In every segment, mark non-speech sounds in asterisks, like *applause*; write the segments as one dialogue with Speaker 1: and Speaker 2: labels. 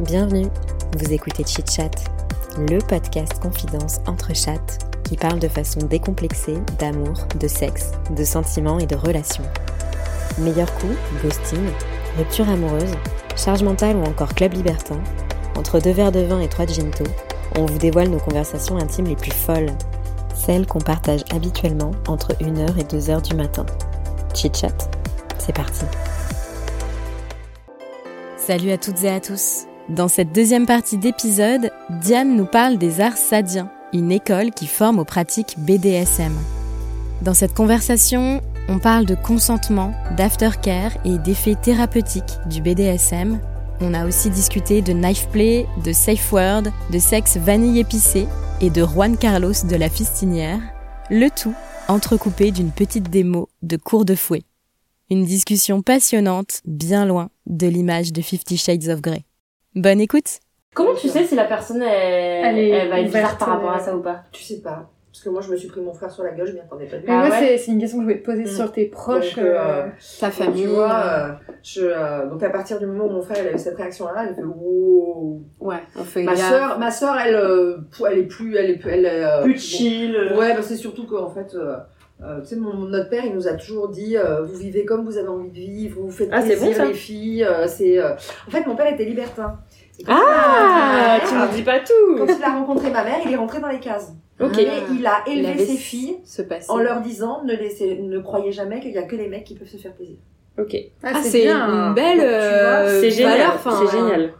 Speaker 1: Bienvenue, vous écoutez Chit Chat, le podcast confidence entre chattes qui parle de façon décomplexée d'amour, de sexe, de sentiments et de relations. Meilleur coup, ghosting, rupture amoureuse, charge mentale ou encore club libertin, entre deux verres de vin et trois ginto, on vous dévoile nos conversations intimes les plus folles, celles qu'on partage habituellement entre 1h et 2h du matin. Chit Chat, c'est parti. Salut à toutes et à tous. Dans cette deuxième partie d'épisode, Diane nous parle des arts sadiens, une école qui forme aux pratiques BDSM. Dans cette conversation, on parle de consentement, d'aftercare et d'effets thérapeutiques du BDSM. On a aussi discuté de knife play, de safe word, de sexe vanille épicé et de Juan Carlos de la Fistinière, le tout entrecoupé d'une petite démo de cours de fouet. Une discussion passionnante, bien loin de l'image de Fifty Shades of Grey. Bonne écoute
Speaker 2: Comment tu sais si la personne elle,
Speaker 3: Elle est
Speaker 2: elle va être
Speaker 3: ouverte,
Speaker 2: bizarre par rapport à
Speaker 3: euh,
Speaker 2: ça ou pas
Speaker 4: Tu sais pas. Parce que moi, je me suis pris mon frère sur la gueule, je m'y attendais pas. du
Speaker 3: Mais
Speaker 2: Ah
Speaker 5: Bah
Speaker 3: moi,
Speaker 2: ouais
Speaker 3: c'est- c'est une question que je voulais te poser
Speaker 4: Mm.
Speaker 3: sur tes proches.
Speaker 4: Donc, euh,
Speaker 3: euh,
Speaker 5: Ta
Speaker 4: tout.
Speaker 5: famille.
Speaker 4: Tu vois,
Speaker 5: euh,
Speaker 4: euh, je, euh, donc à partir du moment où mon frère il a eu cette réaction-là, elle fait wow.
Speaker 5: Ouais, on fait
Speaker 4: Ma
Speaker 5: gaffe.
Speaker 4: sœur, ma sœur, elle, euh, pou- elle est plus, elle est plus, elle. euh,
Speaker 2: Plus
Speaker 4: bon.
Speaker 2: chill.
Speaker 4: Ouais, bah, c'est surtout qu'en fait, euh, euh, tu sais, mon- notre père, il nous a toujours dit, euh, vous vivez comme vous avez envie de vivre, vous faites
Speaker 2: Ah, c'est
Speaker 4: plaisir
Speaker 2: bon, ça
Speaker 4: les filles. euh, c'est, euh, en fait, mon père était libertin. Et quand
Speaker 2: Ah,
Speaker 4: il a-
Speaker 2: tu me dis pas tout.
Speaker 4: Quand il a rencontré ma mère, il est rentré dans les cases.
Speaker 2: Ok.
Speaker 4: Et il a
Speaker 5: Il
Speaker 4: élevé
Speaker 5: avait
Speaker 4: ses filles
Speaker 5: Se passer.
Speaker 4: en leur disant ne, laissez, ne croyez jamais qu'il n'y a que les mecs qui peuvent se faire plaisir.
Speaker 2: Ok.
Speaker 3: ah,
Speaker 5: Ah, c'est
Speaker 3: bien.
Speaker 5: une belle.
Speaker 4: Tu vois,
Speaker 5: euh,
Speaker 2: C'est génial.
Speaker 5: valeur, enfin,
Speaker 2: C'est génial.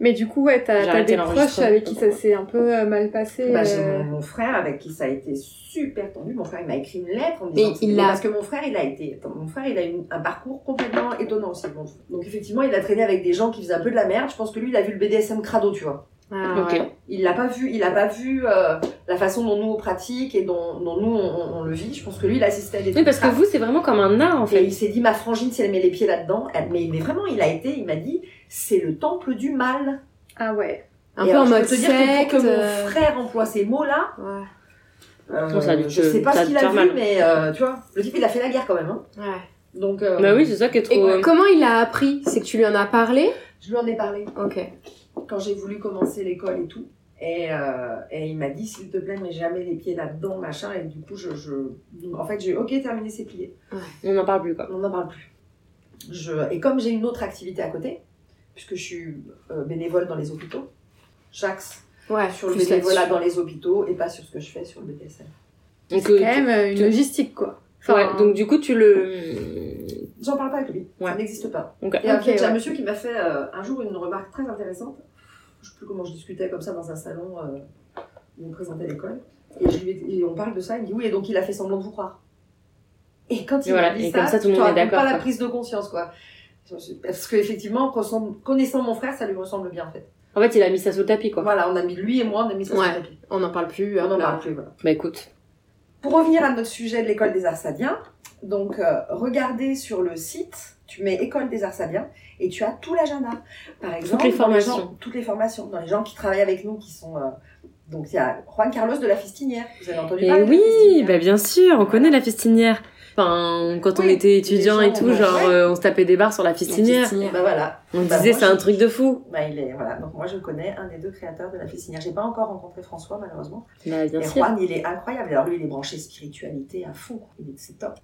Speaker 3: Mais du coup, ouais, t'as
Speaker 2: J'ai
Speaker 3: t'as
Speaker 2: arrêté
Speaker 3: des proches
Speaker 2: l'enregistrement.
Speaker 3: avec qui ça s'est un peu euh, mal passé.
Speaker 4: Bah, j'ai
Speaker 3: euh,
Speaker 4: mon, mon frère avec qui ça a été super tendu. Mon frère, il m'a écrit une lettre en me
Speaker 5: Et
Speaker 4: disant.
Speaker 5: il
Speaker 4: mais
Speaker 5: l'a-
Speaker 4: Parce que mon frère, il a été. attends, mon frère, il a eu un parcours complètement étonnant aussi. Bon, donc, effectivement, il a traîné avec des gens qui faisaient un peu de la merde. Je pense que lui, il a vu le BDSM crado, tu vois.
Speaker 5: Ah,
Speaker 2: Ok.
Speaker 5: ouais.
Speaker 4: Il l'a pas vu, il a pas vu euh, la façon dont nous on pratique et dont, dont nous on, on- on le vit. Je pense que lui, il assistait à des
Speaker 2: Oui, parce que
Speaker 4: trucs
Speaker 2: vous, c'est vraiment comme un art en
Speaker 4: Et
Speaker 2: fait.
Speaker 4: il s'est dit, ma frangine, si elle met les pieds là-dedans, elle- mais, mais vraiment, il a été, il m'a dit, c'est le temple du mal.
Speaker 3: Ah ouais.
Speaker 5: Un
Speaker 4: Et
Speaker 5: peu
Speaker 4: alors,
Speaker 5: en
Speaker 4: je peux
Speaker 5: mode
Speaker 4: te dire que
Speaker 5: secte.
Speaker 4: pour que
Speaker 5: euh,
Speaker 4: mon frère emploie ces mots-là,
Speaker 5: Ouais.
Speaker 4: euh,
Speaker 2: Bon, ça a dû
Speaker 4: je
Speaker 2: te-
Speaker 4: sais pas
Speaker 2: ça a
Speaker 4: ce
Speaker 2: dû
Speaker 4: qu'il a
Speaker 2: faire
Speaker 4: vu,
Speaker 2: mal.
Speaker 4: mais euh, tu vois, le type il a fait la guerre quand même. Hein.
Speaker 5: ouais.
Speaker 4: Donc, euh,
Speaker 2: Bah oui, c'est ça qui est
Speaker 5: Et
Speaker 2: trop. euh,
Speaker 5: comment il a appris C'est que tu lui en as parlé
Speaker 4: je lui en ai parlé
Speaker 5: Ok.
Speaker 4: quand j'ai voulu commencer l'école et tout. Et, euh, et il m'a dit, s'il te plaît, mets jamais les pieds là-dedans, machin. Et du coup, je, je- en fait, j'ai ok, terminé, c'est plié.
Speaker 2: On n'en parle plus quoi.
Speaker 4: On n'en parle plus. Je- Et comme j'ai une autre activité à côté, puisque je suis euh, bénévole dans les hôpitaux, j'axe
Speaker 5: Ouais,
Speaker 4: sur le
Speaker 5: plus
Speaker 4: bénévolat
Speaker 5: là-dessus.
Speaker 4: dans les hôpitaux et pas sur ce que je fais sur le BDSM.
Speaker 2: Donc,
Speaker 3: C'est
Speaker 2: euh,
Speaker 3: quand même euh, une
Speaker 2: tu-
Speaker 3: logistique, quoi.
Speaker 2: tu- ouais,
Speaker 3: Enfin,
Speaker 2: donc du coup, tu le.
Speaker 4: J'en parle pas avec lui,
Speaker 2: Ouais.
Speaker 4: ça n'existe pas.
Speaker 2: Ok.
Speaker 4: Et en
Speaker 3: Ok,
Speaker 4: fait, j'ai un
Speaker 3: ouais.
Speaker 4: monsieur qui m'a fait euh, un jour une remarque très intéressante. Je sais plus comment je discutais comme ça dans un salon euh, où on présentait l'école. Et, je lui ai- et on parle de ça, il me dit oui, et donc il a fait semblant de vous croire. Et quand il
Speaker 2: Voilà,
Speaker 4: m'a dit
Speaker 2: et
Speaker 4: ça,
Speaker 2: comme ça, tout le
Speaker 4: je
Speaker 2: monde est
Speaker 4: te raconte
Speaker 2: d'accord,
Speaker 4: pas la
Speaker 2: quoi.
Speaker 4: prise de conscience, quoi. Je me suis- Parce qu'effectivement, connaissant- connaissant mon frère, ça lui ressemble bien, en fait.
Speaker 2: En fait, il a mis ça sous le tapis quoi.
Speaker 4: Voilà, on a mis lui et moi, on a mis ça sur
Speaker 5: Ouais.
Speaker 4: le tapis. Euh,
Speaker 5: On n'en parle plus.
Speaker 4: On en
Speaker 5: hop là.
Speaker 4: parle plus, voilà.
Speaker 2: Bah écoute.
Speaker 4: Pour revenir à notre sujet de l'école des Arsadiens, donc euh, regardez sur le site, tu mets école des Arsadiens et tu as tout l'agenda. Par exemple,
Speaker 2: les
Speaker 4: dans
Speaker 2: formations.
Speaker 4: gens- toutes les formations, dans les gens qui travaillent avec nous, qui sont euh, donc il y a Juan Carlos de la Fistinière. Vous avez entendu
Speaker 2: Et
Speaker 4: parler de la
Speaker 2: Eh oui,
Speaker 4: Fistinière
Speaker 2: bah bien sûr, on connaît la fistinière. Enfin, quand on
Speaker 4: Oui,
Speaker 2: était étudiant
Speaker 4: les
Speaker 2: et
Speaker 4: gens,
Speaker 2: tout,
Speaker 4: ouais.
Speaker 2: genre, euh, on se tapait des barres sur la
Speaker 5: La
Speaker 2: fistinière.
Speaker 4: Et
Speaker 5: fistinière.
Speaker 4: bah voilà,
Speaker 2: On
Speaker 4: Bah,
Speaker 2: disait,
Speaker 4: moi,
Speaker 2: c'est
Speaker 4: je-
Speaker 2: un truc de fou.
Speaker 4: bah il est voilà. Donc moi je connais un des deux créateurs de la Fistinière. J'ai pas encore rencontré François malheureusement.
Speaker 2: Bah, bien
Speaker 4: et
Speaker 2: sûr.
Speaker 4: Juan, il est incroyable. Alors lui, il est branché spiritualité à fond. quoi. Il est- C'est top.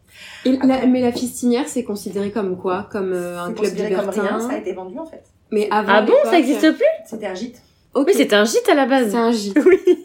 Speaker 5: Et la- mais la fistinière, c'est considéré comme quoi Comme euh, un
Speaker 4: C'est
Speaker 5: club
Speaker 4: considéré comme rien, ça a
Speaker 5: libertin.
Speaker 4: été vendu en fait.
Speaker 5: Mais avant.
Speaker 2: Ah bon,
Speaker 5: l'époque, euh,
Speaker 2: ça existe plus
Speaker 4: C'était un gîte.
Speaker 5: Ok.
Speaker 2: Oui, c'était un gîte à la base.
Speaker 5: C'est un gîte.
Speaker 2: Oui.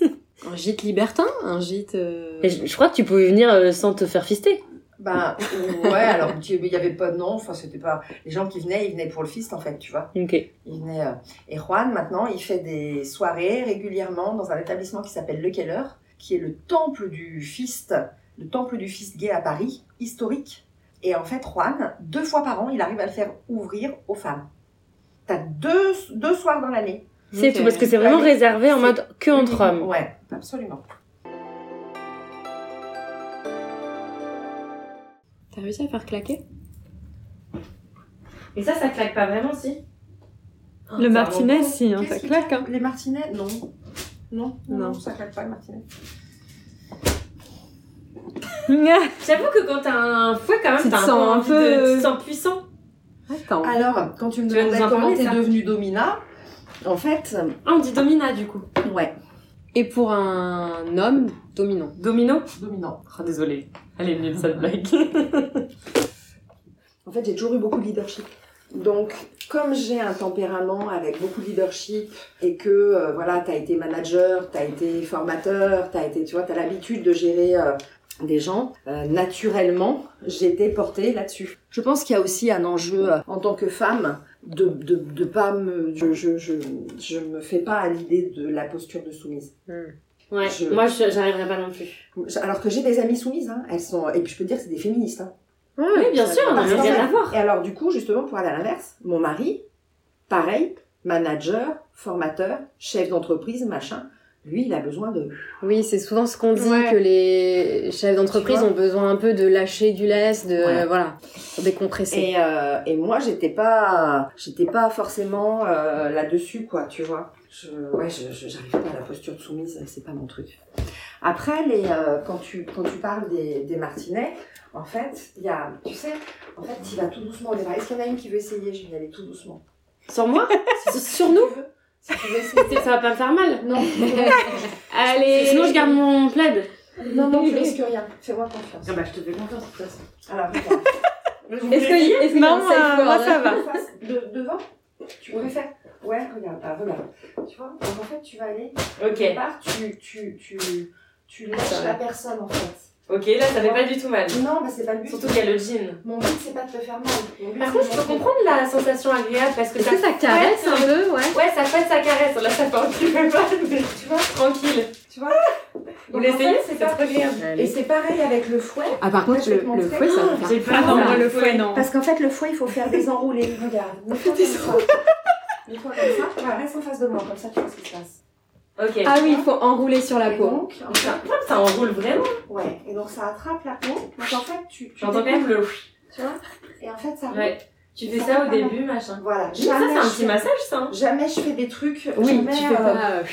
Speaker 5: Un gîte libertin Un gîte. euh,
Speaker 2: Et je, je crois que tu pouvais venir euh, sans te faire fister.
Speaker 4: Ben ouais, alors tu- il y avait pas de nom, enfin c'était pas les gens qui venaient, ils venaient pour le fist en fait, tu vois.
Speaker 2: Ok.
Speaker 4: Ils venaient euh, et Juan maintenant, il fait des soirées régulièrement dans un établissement qui s'appelle Le Keller, qui est le temple du fist, le temple du fist gay à Paris, historique. Et en fait, Juan, deux fois par an, il arrive à le faire ouvrir aux femmes. T'as deux, deux soirs dans l'année.
Speaker 2: C'est
Speaker 5: ok.
Speaker 2: tout, parce que c'est vraiment
Speaker 4: Allez.
Speaker 2: réservé en
Speaker 4: C'est Mm.
Speaker 2: mode que entre hommes.
Speaker 4: Ouais, absolument.
Speaker 5: T'as réussi à faire claquer
Speaker 2: Mais ça, ça claque pas vraiment, si.
Speaker 4: Le
Speaker 5: martinet, si, hein,
Speaker 4: Qu'est-ce
Speaker 5: ça
Speaker 4: qui
Speaker 5: claque,
Speaker 4: claque Les martinets, non. Non, non,
Speaker 5: Non.
Speaker 4: ça claque pas le martinet.
Speaker 2: J'avoue que quand t'as un fouet, quand
Speaker 5: Tu te t'as un peu sens un envie peu- de- tu te
Speaker 2: sens puissant.
Speaker 5: Attends.
Speaker 4: Alors, quand tu me
Speaker 2: Tu vas
Speaker 4: demandais
Speaker 2: nous en
Speaker 4: comment
Speaker 2: parler,
Speaker 4: t'es
Speaker 2: ça
Speaker 4: devenue domina, en fait, euh,
Speaker 5: Ah, on dit domina du coup.
Speaker 4: ouais,
Speaker 5: Et pour un homme dominant.
Speaker 2: Domino
Speaker 4: dominant.
Speaker 2: Ah, désolé. Elle est nulle, cette blague.
Speaker 4: En fait, j'ai toujours eu beaucoup de leadership. Donc, comme j'ai un tempérament avec beaucoup de leadership et que, euh, voilà, t'as été manager, t'as été formateur, t'as été, tu vois, t'as l'habitude de gérer euh, des gens, euh, naturellement, j'étais portée là-dessus. Je pense qu'il y a aussi un enjeu euh, en tant que femme de, de, de pas me. Je, je, je, je me fais pas à l'idée de la posture de soumise.
Speaker 2: Mm. Ouais,
Speaker 4: Je-
Speaker 2: moi, je- j'arriverai pas non plus.
Speaker 4: Alors que j'ai des amies soumises, hein, elles sont et puis je peux te dire que c'est des féministes. hein.
Speaker 5: Ah
Speaker 2: Oui, bien sûr, on
Speaker 4: Parce
Speaker 2: n'a
Speaker 4: qu'en
Speaker 2: rien
Speaker 4: fait-
Speaker 2: à voir.
Speaker 4: Et alors du coup, justement pour aller à l'inverse, mon mari, pareil, manager, formateur, chef d'entreprise, machin, lui il a besoin de
Speaker 5: Oui, c'est souvent ce qu'on dit
Speaker 6: Ouais.
Speaker 5: que les chefs d'entreprise
Speaker 4: Tu vois
Speaker 5: ont besoin un peu de lâcher du lest, de
Speaker 4: Ouais.
Speaker 5: voilà, décompresser.
Speaker 4: et, euh, et moi j'étais pas j'étais pas forcément euh, là-dessus quoi, tu vois. Je, ouais, je, je- j'arrive pas à la posture de soumise, c'est pas mon truc. Après les euh, quand tu quand tu parles des, des martinets, en fait, il y a tu sais, en fait, il va tout doucement au départ. Est-ce qu'il y en a une qui veut essayer Je vais y aller tout doucement.
Speaker 2: Sur *laughs* moi Sur- Sur nous
Speaker 4: Tu veux Si tu veux essayer.
Speaker 2: C'est- Ça va pas me faire mal.
Speaker 4: Non,
Speaker 2: *laughs* Allez, sinon je garde mon plaid.
Speaker 4: non, non, tu risques rien. Fais-moi confiance.
Speaker 2: bah, je te fais confiance, de toute façon.
Speaker 4: Alors, regarde.
Speaker 5: Est-ce que- est-ce qu'il y a un
Speaker 7: Non, moi,
Speaker 5: safe word
Speaker 7: moi, ça
Speaker 2: hein
Speaker 7: va.
Speaker 4: Face de- devant, tu pourrais faire. Ouais, regarde, ah, regarde. Tu vois, donc en fait, tu vas aller.
Speaker 2: Ok,
Speaker 4: Par, tu, tu, tu, tu lâches la personne, en fait.
Speaker 2: ok, là, ça fait pas du tout mal.
Speaker 4: Non, mais c'est pas le but.
Speaker 2: Surtout qu'il y a le jean.
Speaker 4: Mon but, c'est pas de te faire mal. Mon but,
Speaker 2: Par
Speaker 4: c'est
Speaker 2: contre, je
Speaker 4: de
Speaker 2: peux
Speaker 4: montrer-
Speaker 2: comprendre la sensation agréable parce que
Speaker 5: Est-ce que ça caresse un peu, ouais
Speaker 2: Ouais, ça fait ça caresse. Là, ça fait un petit peu mal, mais tu vois, tranquille.
Speaker 4: Tu vois
Speaker 2: Vous
Speaker 4: Donc, en
Speaker 2: l'essayez,
Speaker 4: fait,
Speaker 2: c'est
Speaker 4: pas-
Speaker 2: trop agréable.
Speaker 4: Et c'est pareil avec le fouet.
Speaker 5: Ah par contre le, le fouet ça va faire.
Speaker 2: J'ai
Speaker 7: Ah
Speaker 2: peur
Speaker 4: non, moi,
Speaker 2: le fouet, non.
Speaker 4: Parce qu'en fait, le fouet, il faut faire des enroulés. Regarde, mets-toi
Speaker 2: *laughs*
Speaker 4: comme ça. Mets-toi comme ça. Voilà, reste en face de moi, comme ça, tu vois ce qui se passe.
Speaker 2: Ok.
Speaker 5: Ah oui, il faut enrouler sur la
Speaker 4: Et
Speaker 5: peau.
Speaker 4: donc, en fait,
Speaker 2: Ça, ça enroule vraiment.
Speaker 4: ouais, et donc ça attrape la peau. Donc en fait, tu, tu
Speaker 2: J'entends quand
Speaker 4: découpes,
Speaker 2: même le.
Speaker 4: tu vois, et en fait, ça roule.
Speaker 2: Ouais. Tu fais ça au début, machin.
Speaker 4: Voilà,
Speaker 2: Ça,
Speaker 4: jamais,
Speaker 2: c'est un
Speaker 4: je
Speaker 2: petit
Speaker 4: fais-
Speaker 2: massage, ça. hein.
Speaker 4: jamais je fais des trucs,
Speaker 5: Oui,
Speaker 4: jamais,
Speaker 5: tu fais
Speaker 4: euh,
Speaker 5: pas. euh,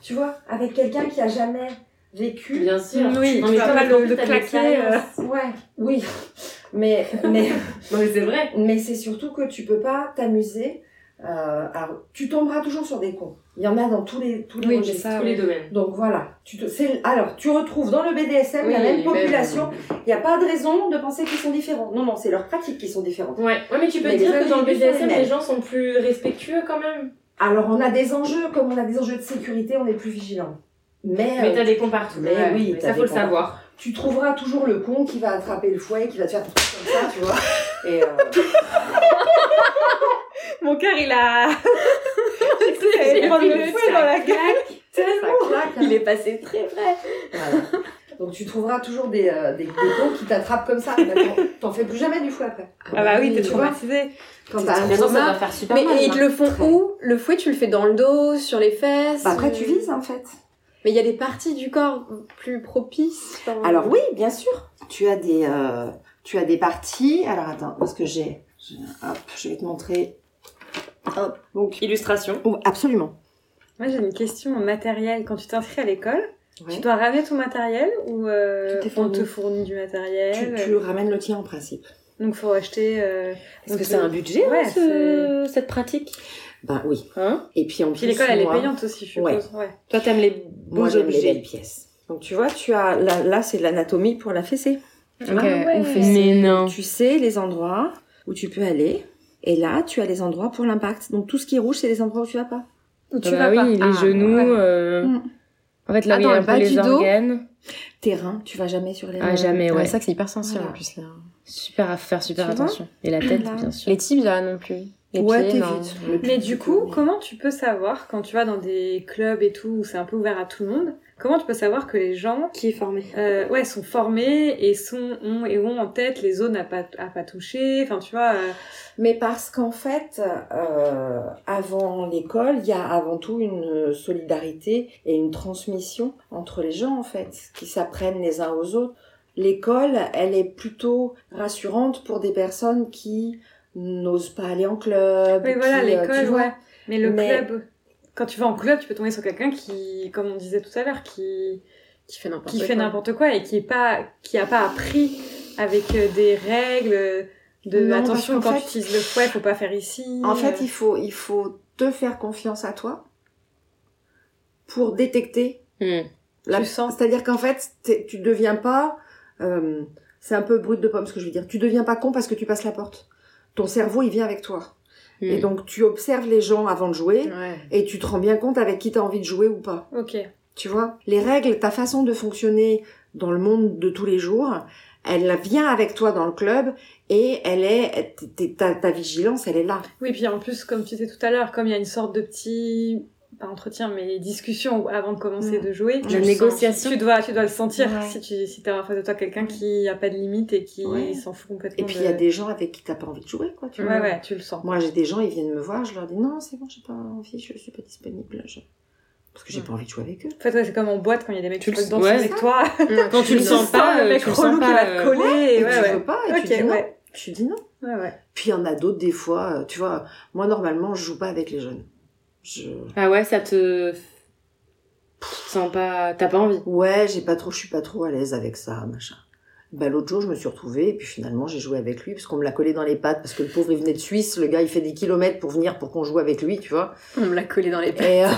Speaker 4: tu vois, avec quelqu'un qui a jamais vécu.
Speaker 2: Bien sûr.
Speaker 7: Oui,
Speaker 2: non,
Speaker 7: tu
Speaker 2: mais
Speaker 7: vas
Speaker 2: toi,
Speaker 7: pas
Speaker 2: maintenant,
Speaker 7: le- le
Speaker 2: t'as
Speaker 7: claquer, euh.
Speaker 2: l'expérience.
Speaker 4: Ouais, oui, mais, mais,
Speaker 2: Non, mais c'est vrai.
Speaker 4: mais c'est surtout que tu peux pas t'amuser. euh, à- tu tomberas toujours sur des cons. Il y en a dans tous les tous les
Speaker 5: Oui, mais
Speaker 4: registres.
Speaker 5: ça.
Speaker 2: Tous les domaines.
Speaker 4: Donc voilà, tu te, c'est- alors tu retrouves dans le BDSM la
Speaker 5: Oui,
Speaker 4: même
Speaker 5: les
Speaker 4: population.
Speaker 2: euh,
Speaker 4: Il n'y a pas de raison de penser qu'ils sont différents. Non, non, c'est leurs pratiques qui sont différentes.
Speaker 2: Ouais. ouais, mais tu peux
Speaker 4: Mais
Speaker 2: te dire
Speaker 4: les
Speaker 2: que dans le
Speaker 4: individus sont les
Speaker 2: BDSM,
Speaker 4: mêmes.
Speaker 2: les gens sont plus respectueux quand même.
Speaker 4: Alors on a des enjeux, comme on a des enjeux de sécurité, on est plus vigilant. Mais,
Speaker 2: Mais
Speaker 4: euh,
Speaker 2: t'as des cons partout.
Speaker 4: Mais
Speaker 2: Ah Ouais,
Speaker 4: oui,
Speaker 2: mais
Speaker 4: t'as
Speaker 2: ça
Speaker 4: des
Speaker 2: faut le
Speaker 4: cons
Speaker 2: savoir.
Speaker 4: tu trouveras toujours le con qui va attraper le fouet, qui va te faire comme ça, tu vois. Et euh,
Speaker 7: Mon cœur, il
Speaker 2: *laughs*
Speaker 7: a.
Speaker 2: Il a pris le sac.
Speaker 7: claque.
Speaker 4: ça claque. hein.
Speaker 7: Il est passé très près.
Speaker 4: Voilà. Donc tu trouveras toujours des, euh, des, des cons qui t'attrapent comme ça. Maintenant, T'en fais plus jamais du fouet après.
Speaker 7: Ah bah oui, t'es
Speaker 4: Tu
Speaker 7: traumatisé.
Speaker 4: Quand t'as un
Speaker 5: Mais
Speaker 4: gros-
Speaker 5: attends, Bah, ça doit
Speaker 2: faire super hein.
Speaker 5: Mais et ils te le font
Speaker 4: Très.
Speaker 5: où Le fouet, tu le fais dans le dos, sur les fesses
Speaker 4: Bah, après
Speaker 5: euh,
Speaker 4: tu vises en fait.
Speaker 5: Mais il y a des parties du corps plus propices. enfin,
Speaker 4: Alors oui, bien sûr. Tu as des, euh, tu as des parties. Alors attends, parce que j'ai, j'ai- hop, je vais te montrer. Hop, donc
Speaker 2: Illustration.
Speaker 4: oh, absolument.
Speaker 7: Moi, j'ai une question en matériel. Quand tu t'inscris à l'école,
Speaker 4: Ouais.
Speaker 7: tu dois ramener ton matériel ou euh,
Speaker 4: Tout est
Speaker 7: on
Speaker 4: fourni.
Speaker 7: te fournit du matériel
Speaker 4: Tu,
Speaker 5: Euh,
Speaker 4: tu ramènes le tien en principe.
Speaker 7: Donc, faut acheter. euh,
Speaker 4: Est-ce
Speaker 7: donc,
Speaker 4: que c'est un budget
Speaker 7: Ouais,
Speaker 4: hein, ce-
Speaker 7: c'est- cette pratique.
Speaker 4: Ben oui.
Speaker 7: Hein
Speaker 4: Et puis en plus,
Speaker 7: Puis l'école, elle est
Speaker 4: moi-
Speaker 7: payante aussi, je
Speaker 4: Ouais.
Speaker 7: suppose. Ouais. Toi, t'aimes les beaux
Speaker 4: Moi, j'aime les
Speaker 7: objets.
Speaker 4: belles pièces. Donc, tu vois, tu as là, là c'est de l'anatomie pour la fessée.
Speaker 7: Ok,
Speaker 5: ouais.
Speaker 7: on fait Mais non.
Speaker 4: Tu sais les endroits où tu peux aller. Et là, tu as les endroits pour l'impact. Donc, tout ce qui est rouge, c'est les endroits où tu vas pas.
Speaker 5: Où tu
Speaker 7: bah
Speaker 5: vas pas-
Speaker 7: oui, les
Speaker 5: Ah,
Speaker 7: genoux.
Speaker 5: ouais.
Speaker 7: euh,
Speaker 4: Mm.
Speaker 7: En fait, là
Speaker 5: Ah,
Speaker 7: où il y
Speaker 5: dans
Speaker 7: a
Speaker 5: le
Speaker 7: un
Speaker 5: bas
Speaker 7: peu les
Speaker 5: du dos.
Speaker 7: organes.
Speaker 4: Terrain, tu vas jamais sur les
Speaker 2: Euh,
Speaker 7: Ah, jamais, ouais.
Speaker 5: que c'est hyper sensible
Speaker 4: Voilà.
Speaker 5: plus là.
Speaker 7: Super à faire, super
Speaker 4: Tu vois
Speaker 7: attention. Et la tête,
Speaker 4: Là.
Speaker 7: bien sûr.
Speaker 5: Les tibes là non plus. Les
Speaker 4: ouais,
Speaker 5: pieds, non.
Speaker 4: t'évites. Le
Speaker 8: Mais
Speaker 4: plus
Speaker 8: du
Speaker 4: tu
Speaker 8: coup,
Speaker 4: peux.
Speaker 8: comment tu peux savoir, quand tu vas dans des clubs et tout, où c'est un peu ouvert à tout le monde, comment tu peux savoir que les gens
Speaker 5: Qui est formé
Speaker 8: euh, ouais, sont formés et, sont, ont, et ont en tête les zones à pas, à pas toucher Enfin, tu vois, euh,
Speaker 4: Mais parce qu'en fait, euh, avant l'école, il y a avant tout une solidarité et une transmission entre les gens, en fait, qui s'apprennent les uns aux autres. L'école, elle est plutôt rassurante pour des personnes qui n'osent pas aller en club.
Speaker 8: oui, voilà,
Speaker 4: qui, euh, tu
Speaker 8: l'école,
Speaker 4: vois.
Speaker 8: ouais. Mais le
Speaker 4: Mais-
Speaker 8: club, quand tu vas en club, tu peux tomber sur quelqu'un qui, comme on disait tout à l'heure, qui,
Speaker 5: Qui fait n'importe
Speaker 8: qui
Speaker 5: quoi.
Speaker 8: fait n'importe quoi et qui est pas qui a pas appris avec euh, des règles De
Speaker 4: Non, parce
Speaker 8: attention,
Speaker 4: qu'en
Speaker 8: quand
Speaker 4: fait-
Speaker 8: tu utilises le fouet, faut pas faire ici.
Speaker 4: En fait, il faut, il faut te faire confiance à toi pour détecter
Speaker 2: Hmm.
Speaker 4: la
Speaker 8: Tu sens.
Speaker 4: C'est-à-dire qu'en fait, t'es- tu deviens pas. euh, c'est un peu brut de pomme ce que je veux dire. Tu deviens pas con parce que tu passes la porte. Ton cerveau, il vient avec toi.
Speaker 2: Hmm.
Speaker 4: Et donc, tu observes les gens avant de jouer
Speaker 8: Ouais.
Speaker 4: et tu te rends bien compte avec qui t'as envie de jouer ou pas.
Speaker 8: Ok.
Speaker 4: Tu vois, les règles, ta façon de fonctionner dans le monde de tous les jours, elle vient avec toi dans le club et elle est t'es- t'es- ta, ta vigilance, elle est là.
Speaker 8: Oui, puis en plus, comme tu disais tout à l'heure, comme il y a une sorte de petit pas entretien, mais discussion avant de commencer
Speaker 4: Mm.
Speaker 8: de jouer.
Speaker 4: La
Speaker 8: tu le sens.
Speaker 2: négociation.
Speaker 8: Tu dois, tu dois le sentir
Speaker 4: Ouais.
Speaker 8: si tu si t'as en face de toi quelqu'un qui a pas de limite et qui
Speaker 4: Ouais.
Speaker 8: s'en fout
Speaker 4: Et
Speaker 8: complètement.
Speaker 4: puis il y a
Speaker 8: de-
Speaker 4: des gens avec qui t'as pas envie de jouer, quoi. Tu vois.
Speaker 8: Ouais, ouais, tu le sens.
Speaker 4: Moi, j'ai des gens, ils viennent me voir, je leur dis non, c'est bon, j'ai pas envie, je suis pas disponible, je- parce que j'ai
Speaker 8: Ouais.
Speaker 4: pas envie de jouer avec eux.
Speaker 8: En fait, ouais, c'est comme en boîte quand il y a des mecs
Speaker 2: Tu
Speaker 8: qui
Speaker 2: le
Speaker 8: peuvent
Speaker 2: sens-
Speaker 8: danser
Speaker 2: ouais.
Speaker 8: avec toi.
Speaker 2: Quand tu le
Speaker 8: Tu
Speaker 2: sens
Speaker 8: sens
Speaker 2: pas,
Speaker 8: le
Speaker 2: euh,
Speaker 8: mec
Speaker 2: tu le
Speaker 8: relou
Speaker 2: sens
Speaker 8: qui
Speaker 2: pas.
Speaker 8: va te
Speaker 2: euh,
Speaker 8: coller.
Speaker 4: Et,
Speaker 8: Et ouais,
Speaker 4: tu
Speaker 8: ouais.
Speaker 4: veux pas, et
Speaker 8: Ok,
Speaker 4: tu dis non.
Speaker 8: ouais.
Speaker 4: Tu dis non.
Speaker 8: Ouais, ouais.
Speaker 4: Puis il y en a d'autres des fois, euh, tu vois. Moi, normalement, je joue pas avec les jeunes. Je
Speaker 2: Ah ouais, ça te. Tu te sens pas. T'as pas envie.
Speaker 4: Ouais, j'ai pas trop, je suis pas trop à l'aise avec ça, machin. Bah, l'autre jour, je me suis retrouvée, et puis finalement, j'ai joué avec lui, parce qu'on me l'a collé dans les pattes, parce que le pauvre, il venait de Suisse, le gars, il fait des kilomètres pour venir, pour qu'on joue avec lui, tu vois.
Speaker 5: On me l'a collé dans les pattes.
Speaker 4: *laughs* Et, euh,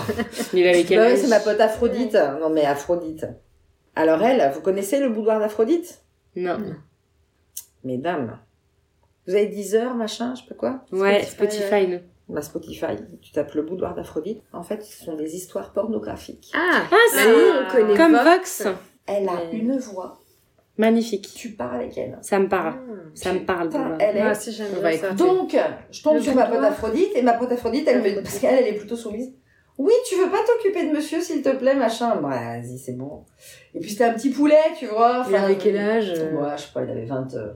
Speaker 2: Il avait quel
Speaker 4: bah ouais,
Speaker 2: âge
Speaker 4: c'est ma pote Aphrodite. Non, mais Aphrodite. Alors, elle, vous connaissez le boudoir d'Aphrodite?
Speaker 2: Non.
Speaker 4: Mesdames. Vous avez 10 heures, machin, je sais pas quoi?
Speaker 2: Ouais,
Speaker 8: Spotify,
Speaker 2: Spotify, nous.
Speaker 4: Ma Spotify, tu tapes le boudoir d'Aphrodite. En fait, ce sont des histoires pornographiques.
Speaker 5: Ah,
Speaker 2: Ah,
Speaker 5: ah,
Speaker 2: c'est
Speaker 5: on connaît
Speaker 2: comme
Speaker 5: pas.
Speaker 2: Vox.
Speaker 4: Elle a
Speaker 5: Mais-
Speaker 4: une voix.
Speaker 2: Magnifique.
Speaker 4: Tu parles avec elle.
Speaker 2: Ça me parle. Ah, Ça me parle.
Speaker 4: Putain,
Speaker 2: Boudoir.
Speaker 4: Elle est
Speaker 8: Moi aussi, j'aime
Speaker 5: On
Speaker 8: bien
Speaker 5: va Ah,
Speaker 8: ça.
Speaker 4: Donc, je tombe
Speaker 8: Le
Speaker 4: sur ma pote
Speaker 8: boudoir.
Speaker 4: Aphrodite, et ma pote Aphrodite, elle me... parce qu'elle, elle est plutôt soumise. Oui, tu veux pas t'occuper de monsieur, s'il te plaît, machin. Bon, vas-y, c'est bon. Et puis, c'était un petit poulet, tu vois.
Speaker 5: Il
Speaker 4: enfin,
Speaker 5: avait quel âge euh
Speaker 4: Ouais, je sais pas, il avait 20, euh,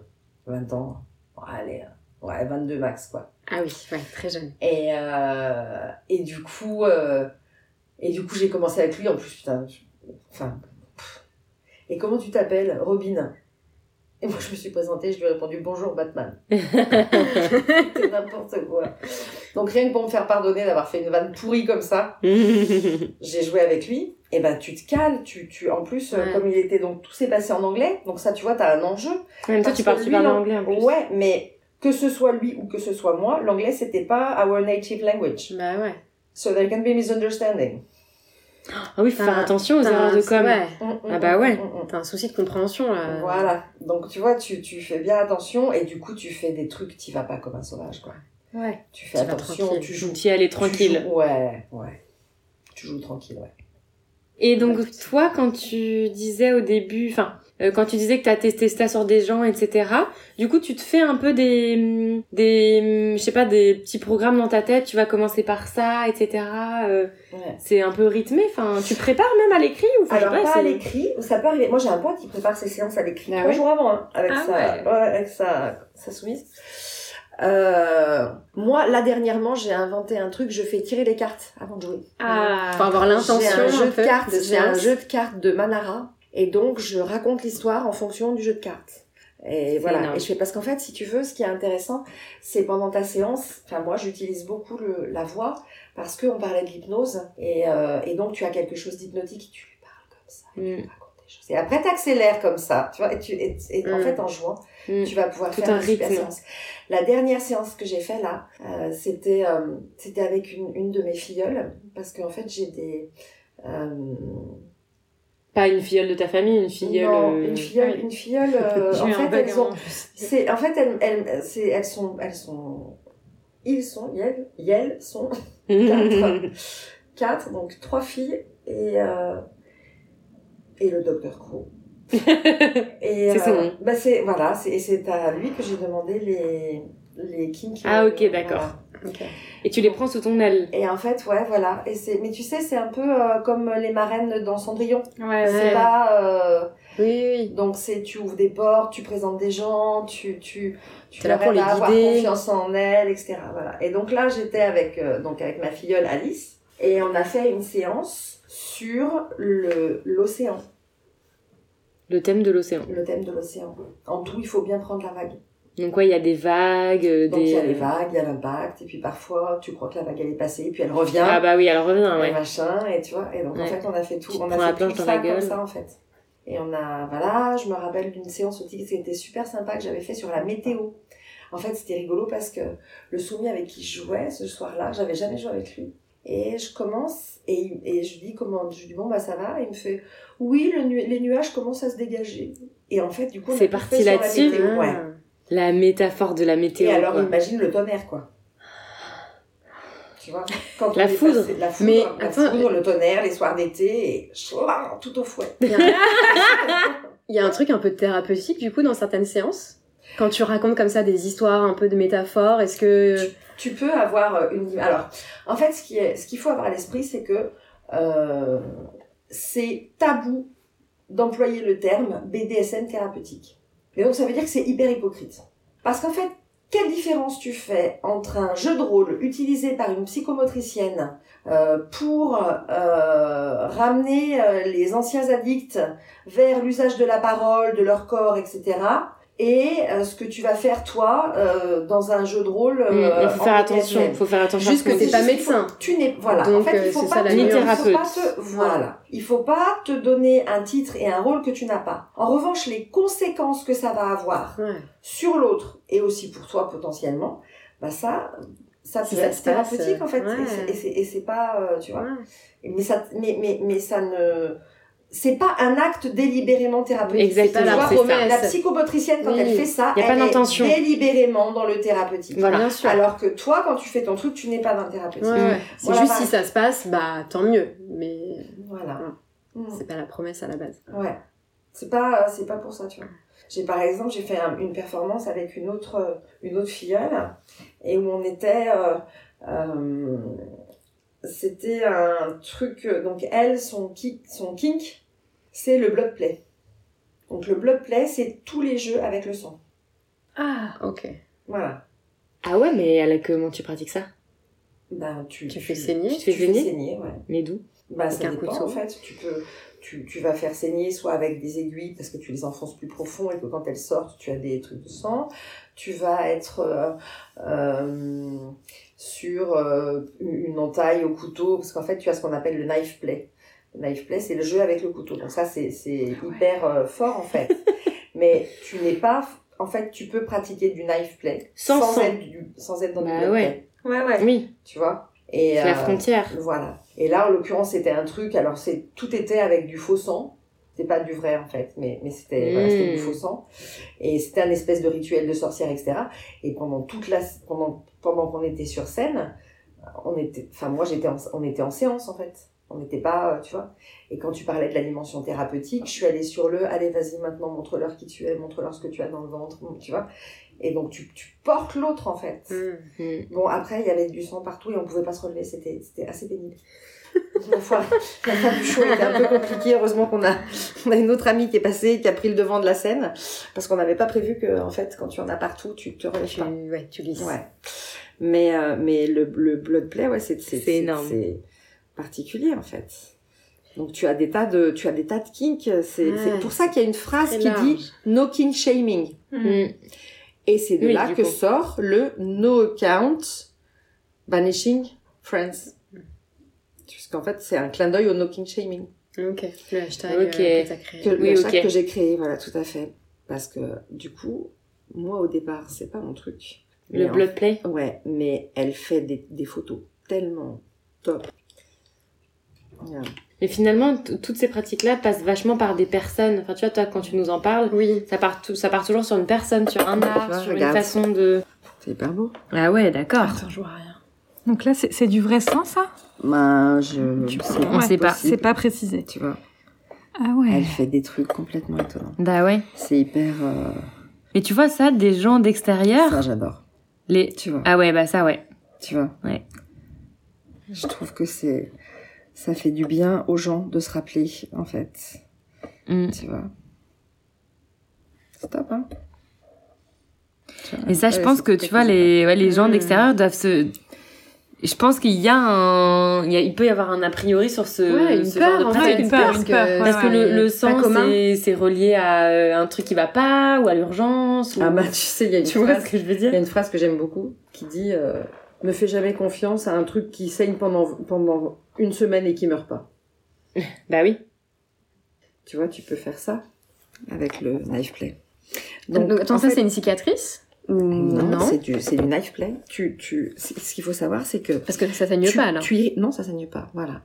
Speaker 4: 20 ans. Ouais, allez, euh, ouais, 22 max, quoi.
Speaker 5: Ah oui, ouais, très jeune.
Speaker 4: Et, euh, et du coup, euh, et du coup, j'ai commencé avec lui, en plus, putain. je- Enfin. pff. Et comment tu t'appelles Robin. Et moi, je me suis présentée, je lui ai répondu bonjour
Speaker 5: *laughs*
Speaker 4: Batman. *laughs* C'était n'importe quoi. Donc rien que pour me faire pardonner d'avoir fait une vanne pourrie comme ça, j'ai joué avec lui. Et ben tu te cales, tu, tu en plus euh,
Speaker 5: Ouais.
Speaker 4: comme il était donc tout s'est passé en anglais, donc ça tu vois t'as un enjeu.
Speaker 2: *laughs* En même temps, tu
Speaker 4: Parce
Speaker 2: parles
Speaker 4: que
Speaker 2: super
Speaker 4: lui,
Speaker 2: bien
Speaker 4: non.
Speaker 2: anglais en plus.
Speaker 4: Ouais, mais que ce soit lui ou que ce soit moi, l'anglais c'était pas our native language.
Speaker 5: Bah ouais.
Speaker 4: So there can be misunderstanding.
Speaker 2: Ah oui, faut faire
Speaker 5: Ah,
Speaker 2: attention aux erreurs de com.
Speaker 5: Ouais,
Speaker 4: Mm, mm,
Speaker 2: Ah bah ouais. Euh.
Speaker 4: mm, mm, mm.
Speaker 5: t'as un souci de compréhension là.
Speaker 4: Voilà, donc tu vois, tu, tu fais bien attention et du coup tu fais des trucs, t'y vas pas comme un sauvage quoi.
Speaker 5: Ouais.
Speaker 4: Tu fais
Speaker 5: T'y vas
Speaker 4: attention,
Speaker 5: tranquille.
Speaker 4: tu joues.
Speaker 2: Donc, y aller
Speaker 4: tu
Speaker 2: tranquille.
Speaker 4: joues- ouais, ouais. Tu joues tranquille, ouais.
Speaker 2: Et donc, toi, quand tu disais au début, enfin, euh, quand tu disais que t'as testé ça sur des gens, etc., du coup, tu te fais un peu des, hum, des, hum, je sais pas, des petits programmes dans ta tête, tu vas commencer par ça, etc. euh,
Speaker 4: ouais.
Speaker 2: c'est un peu rythmé, enfin, tu prépares même à l'écrit ou enfin, je sais
Speaker 4: Alors, pas
Speaker 2: c'est-
Speaker 4: à l'écrit, ça peut arriver. Moi, j'ai un pote qui prépare ses séances à l'écrit
Speaker 2: Ah
Speaker 4: trois
Speaker 2: ouais
Speaker 4: jours avant, hein, avec,
Speaker 8: Ah
Speaker 4: sa,
Speaker 8: ouais.
Speaker 4: ouais, avec sa, sa soumise. Euh, moi, là, dernièrement, j'ai inventé un truc, je fais tirer les cartes avant de jouer.
Speaker 8: Ah.
Speaker 5: Faut avoir l'intention.
Speaker 4: J'ai un jeu
Speaker 5: un
Speaker 4: de
Speaker 5: peu,
Speaker 4: cartes, j'ai un
Speaker 5: séance.
Speaker 4: jeu de cartes de Manara, et donc je raconte l'histoire en fonction du jeu de cartes. Et voilà.
Speaker 2: énorme.
Speaker 4: Et je fais parce qu'en fait, si tu veux, ce qui est intéressant, c'est pendant ta séance. Enfin, moi, j'utilise beaucoup le, la voix parce qu'on parlait de l'hypnose et, euh, et donc tu as quelque chose d'hypnotique et tu lui parles comme ça. et
Speaker 2: Mm,
Speaker 4: tu lui racontes des choses. Et après, t'accélères comme ça, tu vois. Et, tu, et, et en
Speaker 5: Mm.
Speaker 4: fait, en jouant,
Speaker 2: Mm.
Speaker 4: tu vas pouvoir
Speaker 2: Tout
Speaker 4: faire
Speaker 2: un
Speaker 4: une super
Speaker 2: rythme.
Speaker 4: séance. La dernière séance que j'ai fait là, euh, c'était euh, c'était avec une, une de mes filleules parce qu'en fait j'ai des euh,
Speaker 2: Pas une filleule de ta famille, une filleule.
Speaker 4: non,
Speaker 2: euh,
Speaker 4: une filleule
Speaker 2: *laughs*
Speaker 4: une filleule euh,
Speaker 8: J'ai
Speaker 4: en
Speaker 8: eu un
Speaker 4: fait
Speaker 8: bug
Speaker 4: elles
Speaker 8: avant,
Speaker 4: ont
Speaker 8: en plus.
Speaker 4: c'est en fait elles elles c'est elles sont elles sont ils sont elles elles sont quatre *laughs* quatre donc trois filles et euh, et le
Speaker 2: *laughs*
Speaker 4: docteur Crow et
Speaker 2: C'est son nom.
Speaker 4: bah c'est voilà c'est et c'est à lui que j'ai demandé les les kinky
Speaker 2: Ah, ok, d'accord.
Speaker 4: Voilà.
Speaker 2: *laughs* Et tu les prends sous ton aile.
Speaker 4: Et en fait, ouais, voilà. Et c'est, mais tu sais, c'est un peu euh, comme les marraines dans Cendrillon.
Speaker 8: Ouais,
Speaker 4: C'est
Speaker 8: ouais.
Speaker 4: pas. euh,
Speaker 5: Oui, oui.
Speaker 4: Donc c'est, tu ouvres des portes, tu présentes des gens, tu, tu, tu
Speaker 5: T'es là
Speaker 4: leur
Speaker 5: pour
Speaker 4: aides
Speaker 5: les
Speaker 4: à avoir
Speaker 5: guider.
Speaker 4: confiance en elles, etc. Voilà. Et donc là, j'étais avec, euh, donc avec ma filleule Alice, et on a fait une séance sur le l'océan,
Speaker 2: Le thème de l'océan.
Speaker 4: le thème de l'océan. En tout, il faut bien prendre la vague.
Speaker 2: Donc, ouais, il y a des vagues, euh,
Speaker 4: Donc
Speaker 2: des.
Speaker 4: il y a les vagues, il y a l'impact, et puis parfois, tu crois que la vague elle est passée, puis elle revient.
Speaker 2: Ah, bah oui, alors reviens,
Speaker 4: et
Speaker 2: ouais.
Speaker 4: machin et tu vois et donc en
Speaker 2: Ouais.
Speaker 4: fait on a fait tout
Speaker 2: Tu te
Speaker 4: on
Speaker 2: prends la
Speaker 4: a fait
Speaker 2: planche
Speaker 4: tout
Speaker 2: dans
Speaker 4: ça
Speaker 2: la gueule.
Speaker 4: comme ça en fait et on a voilà je me rappelle d'une séance aussi qui était super sympa que j'avais fait sur la météo En fait, c'était rigolo parce que le soumis avec qui je jouais ce soir-là, j'avais jamais joué avec lui. Et je commence et, il- et je dis comment je lui dis bon bah ça va et il me fait oui le nu- les nuages commencent à se dégager et en fait du coup on
Speaker 2: C'est
Speaker 4: a tout
Speaker 2: parti
Speaker 4: fait sur la
Speaker 2: là-dessus
Speaker 4: météo,
Speaker 2: Ah.
Speaker 4: ouais.
Speaker 2: La métaphore de la météo.
Speaker 4: Et alors,
Speaker 2: quoi.
Speaker 4: imagine le tonnerre, quoi. Tu vois quand
Speaker 2: La
Speaker 4: on est
Speaker 2: foudre.
Speaker 4: passé- la foudre,
Speaker 2: Mais euh,
Speaker 4: la
Speaker 5: attends,
Speaker 4: foudre, le tonnerre, les soirs d'été, et chouah, tout
Speaker 2: *laughs*
Speaker 4: au fouet.
Speaker 5: Il y, *laughs* a... il y a un truc un peu thérapeutique, du coup, dans certaines séances. Quand tu racontes comme ça des histoires, un peu de métaphores, est-ce que.
Speaker 4: Tu peux avoir euh, une. Alors, en fait, ce qui est, ce qu'il faut avoir à l'esprit, c'est que euh, c'est tabou d'employer le terme BDSM thérapeutique. Et donc, ça veut dire que c'est hyper hypocrite. Parce qu'en fait, quelle différence tu fais entre un jeu de rôle utilisé par une psychomotricienne euh, pour euh, ramener euh, les anciens addicts vers l'usage de la parole, de leur corps, etc., et euh, ce que tu vas faire toi euh, dans un jeu de rôle.
Speaker 2: Mm,
Speaker 4: euh,
Speaker 2: il faut faire
Speaker 4: en
Speaker 2: attention,
Speaker 4: BDSM.
Speaker 2: faut faire attention.
Speaker 5: Juste
Speaker 2: à ce
Speaker 5: que
Speaker 2: qu'on
Speaker 5: t'es
Speaker 2: dit.
Speaker 5: pas
Speaker 4: juste qu'il faut-
Speaker 5: médecin.
Speaker 4: Tu n'es voilà.
Speaker 5: Donc,
Speaker 4: en fait,
Speaker 5: euh,
Speaker 4: il faut
Speaker 5: c'est
Speaker 4: pas
Speaker 5: ça la
Speaker 4: te-
Speaker 2: Ni
Speaker 4: il faut
Speaker 2: thérapeute.
Speaker 4: pas te- voilà. Il faut pas te donner un titre et un rôle que tu n'as pas. En revanche, les conséquences que ça va avoir
Speaker 5: Ouais.
Speaker 4: sur l'autre et aussi pour toi potentiellement, bah ça, ça
Speaker 5: Si
Speaker 4: peut
Speaker 5: ça
Speaker 4: être
Speaker 5: se passe,
Speaker 4: thérapeutique en fait.
Speaker 5: ouais.
Speaker 4: Et c'est- Et c'est- et c'est pas, euh, tu vois.
Speaker 5: Ouais.
Speaker 4: Mais ça, mais, mais, mais ça ne, c'est pas un acte délibérément thérapeutique.
Speaker 2: Exactement,
Speaker 4: Tu vois,
Speaker 2: c'est ça.
Speaker 4: la psychomotricienne, quand
Speaker 5: Oui.
Speaker 4: elle fait ça,
Speaker 2: Y a pas
Speaker 4: elle est
Speaker 2: d'intention.
Speaker 4: délibérément dans le thérapeutique.
Speaker 2: Voilà.
Speaker 5: Ah, Bien sûr.
Speaker 4: Alors que toi, quand tu fais ton truc, tu n'es pas dans le thérapeutique.
Speaker 5: Ouais, ouais. C'est
Speaker 4: Voilà,
Speaker 5: juste
Speaker 4: bah.
Speaker 5: si ça se passe, bah tant mieux. Mais
Speaker 4: Voilà. Mm.
Speaker 5: c'est pas la promesse à la base.
Speaker 4: Ouais. C'est pas, euh, c'est pas pour ça, tu vois. J'ai par exemple, j'ai fait un- une performance avec une autre, euh, une autre filleule, et où on était. euh, euh, c'était un truc. euh, Donc elle, son kick, son kink, c'est le block play. Donc le block play, c'est tous les jeux avec le son.
Speaker 9: Ah
Speaker 5: Ok.
Speaker 4: Voilà.
Speaker 2: Ah ouais, mais elle, comment tu pratiques ça
Speaker 4: Ben, tu,
Speaker 5: Tu fais saigner
Speaker 2: Tu te fais saigner
Speaker 4: ouais.
Speaker 2: Mais d'où
Speaker 4: Bah, ça
Speaker 5: Avec un
Speaker 4: dépend,
Speaker 5: couteau.
Speaker 4: en fait. Tu, peux, tu, tu vas faire saigner soit avec des aiguilles parce que tu les enfonces plus profond et que quand elles sortent, tu as des trucs de sang. Tu vas être euh, euh, sur euh, une entaille au couteau parce qu'en fait, tu as ce qu'on appelle le knife play. Le knife play, c'est le jeu avec le couteau. Donc ça, c'est c'est
Speaker 2: Ah
Speaker 4: hyper euh, fort,
Speaker 2: *laughs*
Speaker 4: en fait. Mais tu n'es pas... En fait, tu peux pratiquer du knife play
Speaker 2: Sans sang.
Speaker 4: être, du- sans être dans
Speaker 2: Bah
Speaker 4: le blood
Speaker 2: ouais.
Speaker 4: play,
Speaker 9: ouais ouais.
Speaker 2: Oui,
Speaker 4: tu vois et
Speaker 2: c'est la
Speaker 4: euh,
Speaker 2: frontière.
Speaker 4: voilà. Et là, en l'occurrence, c'était un truc. Alors, c'est tout était avec du faux sang. C'était pas du vrai en fait, mais, mais c'était voilà,
Speaker 2: Mm.
Speaker 4: c'était du faux sang. Et c'était un espèce de rituel de sorcière, etc. Et pendant toute la pendant pendant qu'on était sur scène, on était, enfin moi j'étais, en- on était en séance en fait. On n'était pas, euh, tu vois. Et quand tu parlais de la dimension thérapeutique, je suis allée sur le, allez vas-y maintenant montre-leur qui tu es, montre-leur ce que tu as dans le ventre, tu vois. Et donc tu, tu portes l'autre en fait.
Speaker 5: Mm.
Speaker 2: Mm.
Speaker 4: Bon, après, il y avait du sang partout et on pouvait pas se relever, c'était c'était assez
Speaker 5: *laughs*
Speaker 4: pénible. La fois, la fois du show était un peu compliquée. Heureusement qu'on a, on a une autre amie qui est passée et qui a pris le devant de la scène. Parce qu'on n'avait pas prévu que, en fait, quand tu en as partout, tu te relèves
Speaker 5: Tu,
Speaker 4: pas.
Speaker 5: ouais, tu glisses.
Speaker 4: Ouais. Mais, euh, mais le, le blood play, ouais, c'est
Speaker 2: C'est énorme.
Speaker 4: C'est particulier, en fait. Donc, tu as des tas de, tu as des tas de kinks. C'est
Speaker 5: Ouais,
Speaker 4: c'est pour ça qu'il y a une phrase
Speaker 5: très
Speaker 4: qui
Speaker 5: Ah, large.
Speaker 4: dit no kink shaming.
Speaker 2: Mm.
Speaker 4: Et c'est de
Speaker 2: Oui,
Speaker 4: là
Speaker 2: du
Speaker 4: que
Speaker 2: coup.
Speaker 4: sort le No Account Banishing Friends. Puisqu'en fait, c'est un clin d'œil au No King Shaming
Speaker 5: Ok. Le hashtag
Speaker 2: Ok.
Speaker 5: euh, que t'as créé.
Speaker 4: que, le
Speaker 2: Oui,
Speaker 4: hashtag
Speaker 2: ok.
Speaker 4: que j'ai créé, voilà, tout à fait. Parce que du coup, moi au départ, c'est pas mon truc.
Speaker 2: Le
Speaker 4: Mais en-
Speaker 2: blood play.
Speaker 4: Ouais, mais elle fait des, des photos tellement top. Voilà.
Speaker 2: Mais finalement, t- toutes ces pratiques-là passent vachement par des personnes. Enfin, tu vois, toi, quand tu nous en parles,
Speaker 5: Oui.
Speaker 2: ça part, tout, ça part toujours sur une personne, sur un art,
Speaker 4: vois,
Speaker 2: sur
Speaker 4: regarde.
Speaker 2: une façon de.
Speaker 4: C'est hyper beau.
Speaker 2: Ah ouais, d'accord.
Speaker 7: Attends, je vois rien. Donc là, c'est c'est du vrai sang, ça
Speaker 4: Ben, je.
Speaker 7: Tu-
Speaker 4: c'est
Speaker 7: ouais,
Speaker 2: sait pas.
Speaker 4: possible,
Speaker 7: C'est pas précisé.
Speaker 4: Tu vois,
Speaker 7: Ah
Speaker 4: elle
Speaker 7: ouais.
Speaker 4: fait des trucs complètement étonnants.
Speaker 2: Bah ouais.
Speaker 4: C'est hyper. euh,
Speaker 2: Mais tu vois ça, des gens
Speaker 4: ça,
Speaker 2: d'extérieur,
Speaker 4: j'adore.
Speaker 2: les.
Speaker 4: Tu vois.
Speaker 2: Ah ouais, bah ça ouais.
Speaker 4: Tu vois
Speaker 2: Ouais.
Speaker 4: Je trouve que c'est. Ça fait du bien aux gens de se rappeler, en fait.
Speaker 2: Mm.
Speaker 4: Tu vois C'est top, hein Tu vois.
Speaker 2: Et ça, je
Speaker 4: Ouais,
Speaker 2: pense
Speaker 4: c'est
Speaker 2: que
Speaker 4: quelque
Speaker 2: tu vois
Speaker 4: chose de-
Speaker 2: les, ouais, les gens
Speaker 5: Mm.
Speaker 2: d'extérieur doivent se. Je pense qu'il y a un, il, y a- il peut y avoir un a priori sur ce,
Speaker 5: Ouais, une
Speaker 2: ce
Speaker 5: peur,
Speaker 2: genre de
Speaker 5: en
Speaker 2: pratique.
Speaker 5: fait,
Speaker 7: une peur,
Speaker 5: parce
Speaker 7: une peur,
Speaker 5: que-
Speaker 7: ouais,
Speaker 2: Parce que le, le
Speaker 5: Pas
Speaker 2: sang,
Speaker 5: commun.
Speaker 2: c'est- c'est relié à euh, un truc qui va pas, ou à l'urgence, ou...
Speaker 4: Ah bah, tu sais, il y a une
Speaker 2: *laughs* tu vois
Speaker 4: phrase
Speaker 2: ce que je veux
Speaker 4: Il y a
Speaker 2: dire
Speaker 4: une phrase que j'aime beaucoup qui dit euh, Me fais jamais confiance à un truc qui saigne pendant, pendant une semaine et qui meurt pas.
Speaker 2: Bah oui.
Speaker 4: Tu vois, tu peux faire ça avec le knife play.
Speaker 5: Donc, attends,
Speaker 4: en
Speaker 5: ça
Speaker 4: fait-
Speaker 5: c'est une cicatrice Non.
Speaker 4: Non, c'est du, c'est du knife play. Tu, tu, c'est- ce qu'il faut savoir, c'est que
Speaker 5: Parce que ça saigne
Speaker 4: tu,
Speaker 5: pas alors.
Speaker 4: tu irri- non, ça saigne pas. Voilà.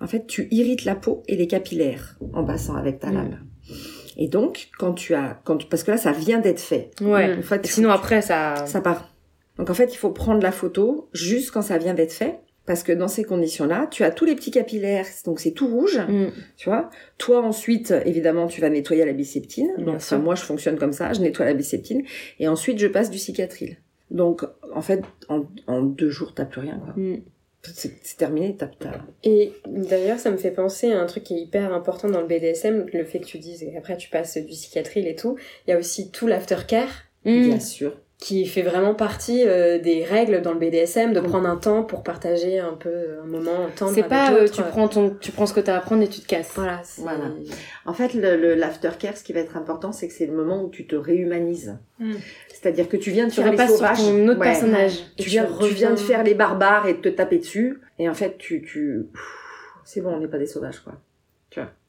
Speaker 4: En fait, tu irrites la peau et les capillaires en passant avec
Speaker 5: Mm.
Speaker 4: ta lame. Et donc, quand tu as, quand tu- parce que là, ça vient d'être fait.
Speaker 5: Ouais.
Speaker 4: En fait,
Speaker 2: Sinon après ça.
Speaker 4: ça part. Donc en fait, il faut prendre la photo juste quand ça vient d'être fait. Parce que dans ces conditions-là, tu as tous les petits capillaires, donc c'est tout rouge,
Speaker 2: Mm.
Speaker 4: tu vois. Toi ensuite, évidemment, tu vas nettoyer la biseptine.
Speaker 2: Bien
Speaker 4: Donc
Speaker 2: sûr.
Speaker 4: moi, je fonctionne comme ça, je nettoie la biseptine et ensuite je passe du cicatril. Donc en fait, en, en deux jours, t'as plus rien. quoi.
Speaker 5: Mm.
Speaker 4: C'est c'est terminé, t'as t'as-
Speaker 5: Et d'ailleurs, ça me fait penser à un truc qui est hyper important dans le BDSM, le fait que tu dises après tu passes du cicatril et tout. Il y a aussi tout l'aftercare
Speaker 2: Mm.
Speaker 4: bien sûr.
Speaker 5: qui fait vraiment partie euh, des règles dans le BDSM, de prendre un temps pour partager un peu un moment tendre
Speaker 2: C'est
Speaker 5: avec
Speaker 2: pas euh,
Speaker 5: l'autre.
Speaker 2: tu prends ton tu prends ce que t'as à prendre et tu te casses.
Speaker 5: Voilà. c'est-
Speaker 4: Voilà. En fait, le, le- l'aftercare, ce qui va être important, c'est que c'est le moment où tu te réhumanises.
Speaker 7: Mm.
Speaker 4: C'est-à-dire que tu viens de
Speaker 2: Tu
Speaker 4: faire les
Speaker 2: repasses sur
Speaker 4: sauvages.
Speaker 2: ton autre
Speaker 4: Ouais.
Speaker 2: personnage.
Speaker 4: tu,
Speaker 5: tu
Speaker 4: viens, tu
Speaker 5: reviens-
Speaker 4: viens de faire les barbares et de te taper dessus. Et en fait, tu, tu, c'est bon, on n'est pas des sauvages, quoi.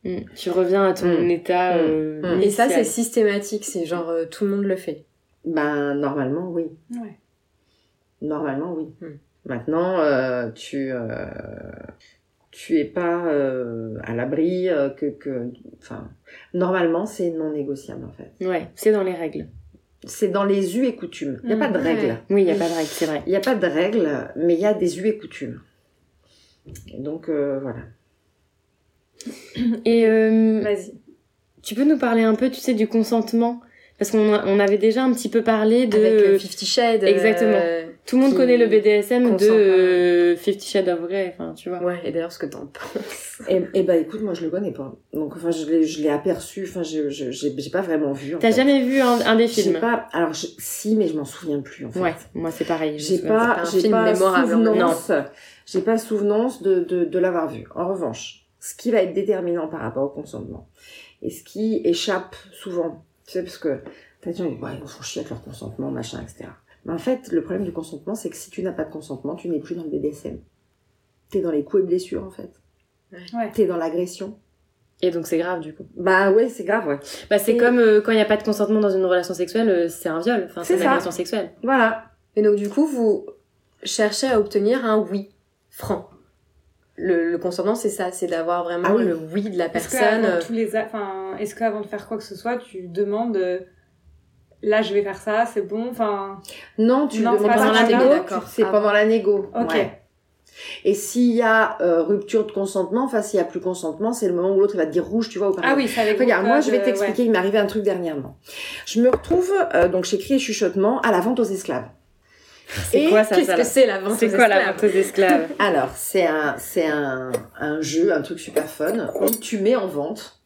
Speaker 2: Mm. Tu reviens à ton
Speaker 4: Mm.
Speaker 2: état.
Speaker 4: Mm.
Speaker 2: euh,
Speaker 4: Mm.
Speaker 5: Et ça, c'est
Speaker 2: initial.
Speaker 5: systématique, c'est genre euh, tout le monde le fait.
Speaker 4: Ben, normalement, oui.
Speaker 7: Ouais.
Speaker 4: Normalement, oui.
Speaker 5: Mm.
Speaker 4: Maintenant, euh, tu, euh, tu es pas euh, à l'abri euh, que, que, enfin, normalement, c'est non négociable, en fait.
Speaker 2: Ouais, c'est dans les règles.
Speaker 4: C'est dans les us et coutumes. Il n'y a
Speaker 7: Mm,
Speaker 4: pas de
Speaker 7: ouais.
Speaker 4: règles.
Speaker 2: Oui, il y a pas de règles, c'est vrai.
Speaker 4: Il n'y a pas de règles, mais il y a des us et coutumes. Et donc, euh, voilà. Mm.
Speaker 2: Et euh,
Speaker 8: Vas-y.
Speaker 2: tu peux nous parler un peu, tu sais, du consentement parce qu'on a- on avait déjà un petit peu parlé de
Speaker 5: Avec euh, Fifty Shades. euh,
Speaker 2: exactement. tout le monde
Speaker 5: qui
Speaker 2: connaît le BDSM de
Speaker 5: consent pas.
Speaker 2: euh, Fifty Shades of Grey, enfin tu vois.
Speaker 5: Ouais, et d'ailleurs, ce que t'en penses.
Speaker 4: Eh eh ben écoute, moi je le connais pas. Donc enfin je l'ai, je l'ai aperçu, enfin je, je, j'ai, j'ai pas vraiment vu. en
Speaker 2: T'as
Speaker 4: fait.
Speaker 2: jamais vu un, un des
Speaker 4: J'ai
Speaker 2: films
Speaker 4: pas. Alors je- si, mais je m'en souviens plus en fait.
Speaker 2: Ouais, moi c'est pareil. je me
Speaker 4: J'ai
Speaker 2: souviens.
Speaker 4: pas,
Speaker 5: pas un
Speaker 4: j'ai
Speaker 5: film
Speaker 4: pas
Speaker 5: mémorable, en même
Speaker 4: souvenance. J'ai pas souvenance de, de, de l'avoir vu. En revanche, ce qui va être déterminant par rapport au consentement et ce qui échappe souvent, tu sais, parce que t'as des gens qui disent, ouais, ils font chier avec leur consentement, machin, etc. Mais en fait, le problème du consentement, c'est que si tu n'as pas de consentement, tu n'es plus dans le BDSM. T'es dans les coups et blessures en fait.
Speaker 7: Ouais.
Speaker 4: T'es dans l'agression.
Speaker 2: Et donc c'est grave du coup.
Speaker 4: Bah ouais, c'est grave, ouais.
Speaker 2: Bah c'est
Speaker 4: Et-
Speaker 2: comme euh, quand il n'y a pas de consentement dans une relation sexuelle, euh, c'est un viol, enfin c'est
Speaker 4: C'est
Speaker 2: une
Speaker 4: ça.
Speaker 2: agression sexuelle.
Speaker 4: Voilà.
Speaker 5: Et donc, du coup, vous cherchez à obtenir un oui franc. Le, le consentement, c'est ça, c'est d'avoir vraiment
Speaker 4: Ah oui. euh,
Speaker 5: le oui de la
Speaker 8: Est-ce que
Speaker 5: personne.
Speaker 8: avant tous les a- enfin, est-ce qu'avant de faire quoi que ce soit, tu demandes euh, là je vais faire ça, c'est bon, enfin.
Speaker 4: Non, tu
Speaker 8: Non,
Speaker 4: le demandes
Speaker 8: c'est pas
Speaker 4: pas
Speaker 8: pendant
Speaker 4: à
Speaker 8: la
Speaker 4: la
Speaker 8: négo,
Speaker 4: négo,
Speaker 5: d'accord.
Speaker 4: tu- c'est
Speaker 5: Ah
Speaker 4: pendant la négo.
Speaker 8: Ok.
Speaker 4: ouais. Et s'il y a euh, rupture de consentement, enfin s'il y a plus consentement, c'est le moment où l'autre il va te dire rouge, tu vois, ou par
Speaker 8: Ah oui, ça avec euh,
Speaker 4: Regarde,
Speaker 8: vos
Speaker 2: euh,
Speaker 4: moi je vais
Speaker 8: codes,
Speaker 4: t'expliquer, il m'est arrivé un truc dernièrement. Je me retrouve, euh, donc chez Cri et Chuchotement, à la vente aux esclaves.
Speaker 2: C'est
Speaker 4: Et
Speaker 2: quoi ça, ça
Speaker 5: Qu'est-ce que
Speaker 2: là
Speaker 5: c'est la vente
Speaker 2: C'est
Speaker 5: aux
Speaker 2: quoi la
Speaker 5: esclaves
Speaker 2: vente aux esclaves
Speaker 4: Alors, c'est un, c'est un, un jeu, un truc super fun, où tu mets en vente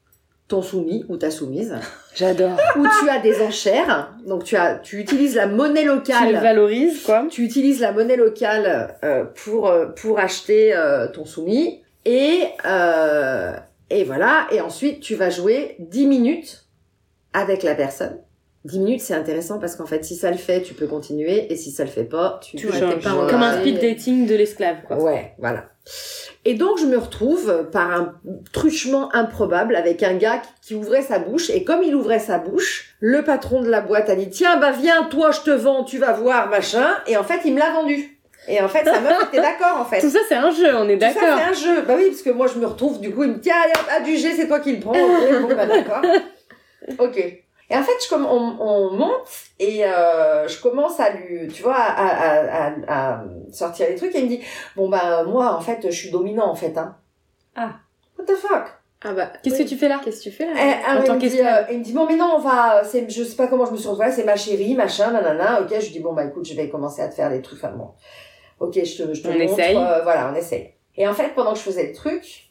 Speaker 4: ton soumis ou ta soumise,
Speaker 2: J'adore.
Speaker 4: où tu as des enchères, donc tu, as, tu utilises la monnaie
Speaker 2: Tu le
Speaker 4: locale.
Speaker 2: valorises quoi
Speaker 4: tu utilises la monnaie locale euh, pour, euh, pour acheter euh, ton soumis et, euh, et voilà. Et ensuite, tu vas jouer 10 minutes avec la personne. 10 minutes, c'est intéressant parce qu'en fait, si ça le fait, tu peux continuer et si ça le fait pas, tu,
Speaker 2: Tu
Speaker 4: bah, t'es
Speaker 2: changes.
Speaker 4: pas en-
Speaker 2: Comme un
Speaker 4: Ouais.
Speaker 2: speed dating de l'esclave quoi.
Speaker 4: Ouais, voilà. Et donc, je me retrouve euh, par un truchement improbable avec un gars qui- qui ouvrait sa bouche. Et comme il ouvrait sa bouche, le patron de la boîte a dit Tiens, bah viens, toi, je te vends, tu vas voir, machin. Et en fait, il me l'a vendu. Et en fait, sa meuf était d'accord, en fait.
Speaker 2: Tout ça c'est un jeu, on est
Speaker 4: Tout ça,
Speaker 2: d'accord.
Speaker 4: c'est un jeu. Bah oui, parce que moi, je me retrouve, du coup, il me dit Tiens, allez, hop, à du G, c'est toi qui le prends. Ok, bon,
Speaker 2: *laughs*
Speaker 4: bah, d'accord. Ok. Et en fait, je, comm- on, on monte et euh, je commence à lui, tu vois, à, à, à, à sortir les trucs. Et il me dit Bon, bah, moi, en fait, je suis dominant, en fait. Hein.
Speaker 8: Ah.
Speaker 4: What the fuck
Speaker 5: Ah bah,
Speaker 2: Qu'est-ce que tu fais là
Speaker 5: qu'est-ce que tu fais là
Speaker 4: Eh, alors,
Speaker 2: En
Speaker 4: il,
Speaker 2: tant
Speaker 4: me dit,
Speaker 2: qu'esclave.
Speaker 4: euh, il me dit bon mais non on va euh, c'est je sais pas comment je me suis retrouvée là, c'est ma chérie machin nanana ok je lui dis bon bah écoute je vais commencer à te faire des trucs enfin bon ok je te je te
Speaker 2: On
Speaker 4: montre,
Speaker 2: essaye.
Speaker 4: euh, voilà on essaye et en fait pendant que je faisais le truc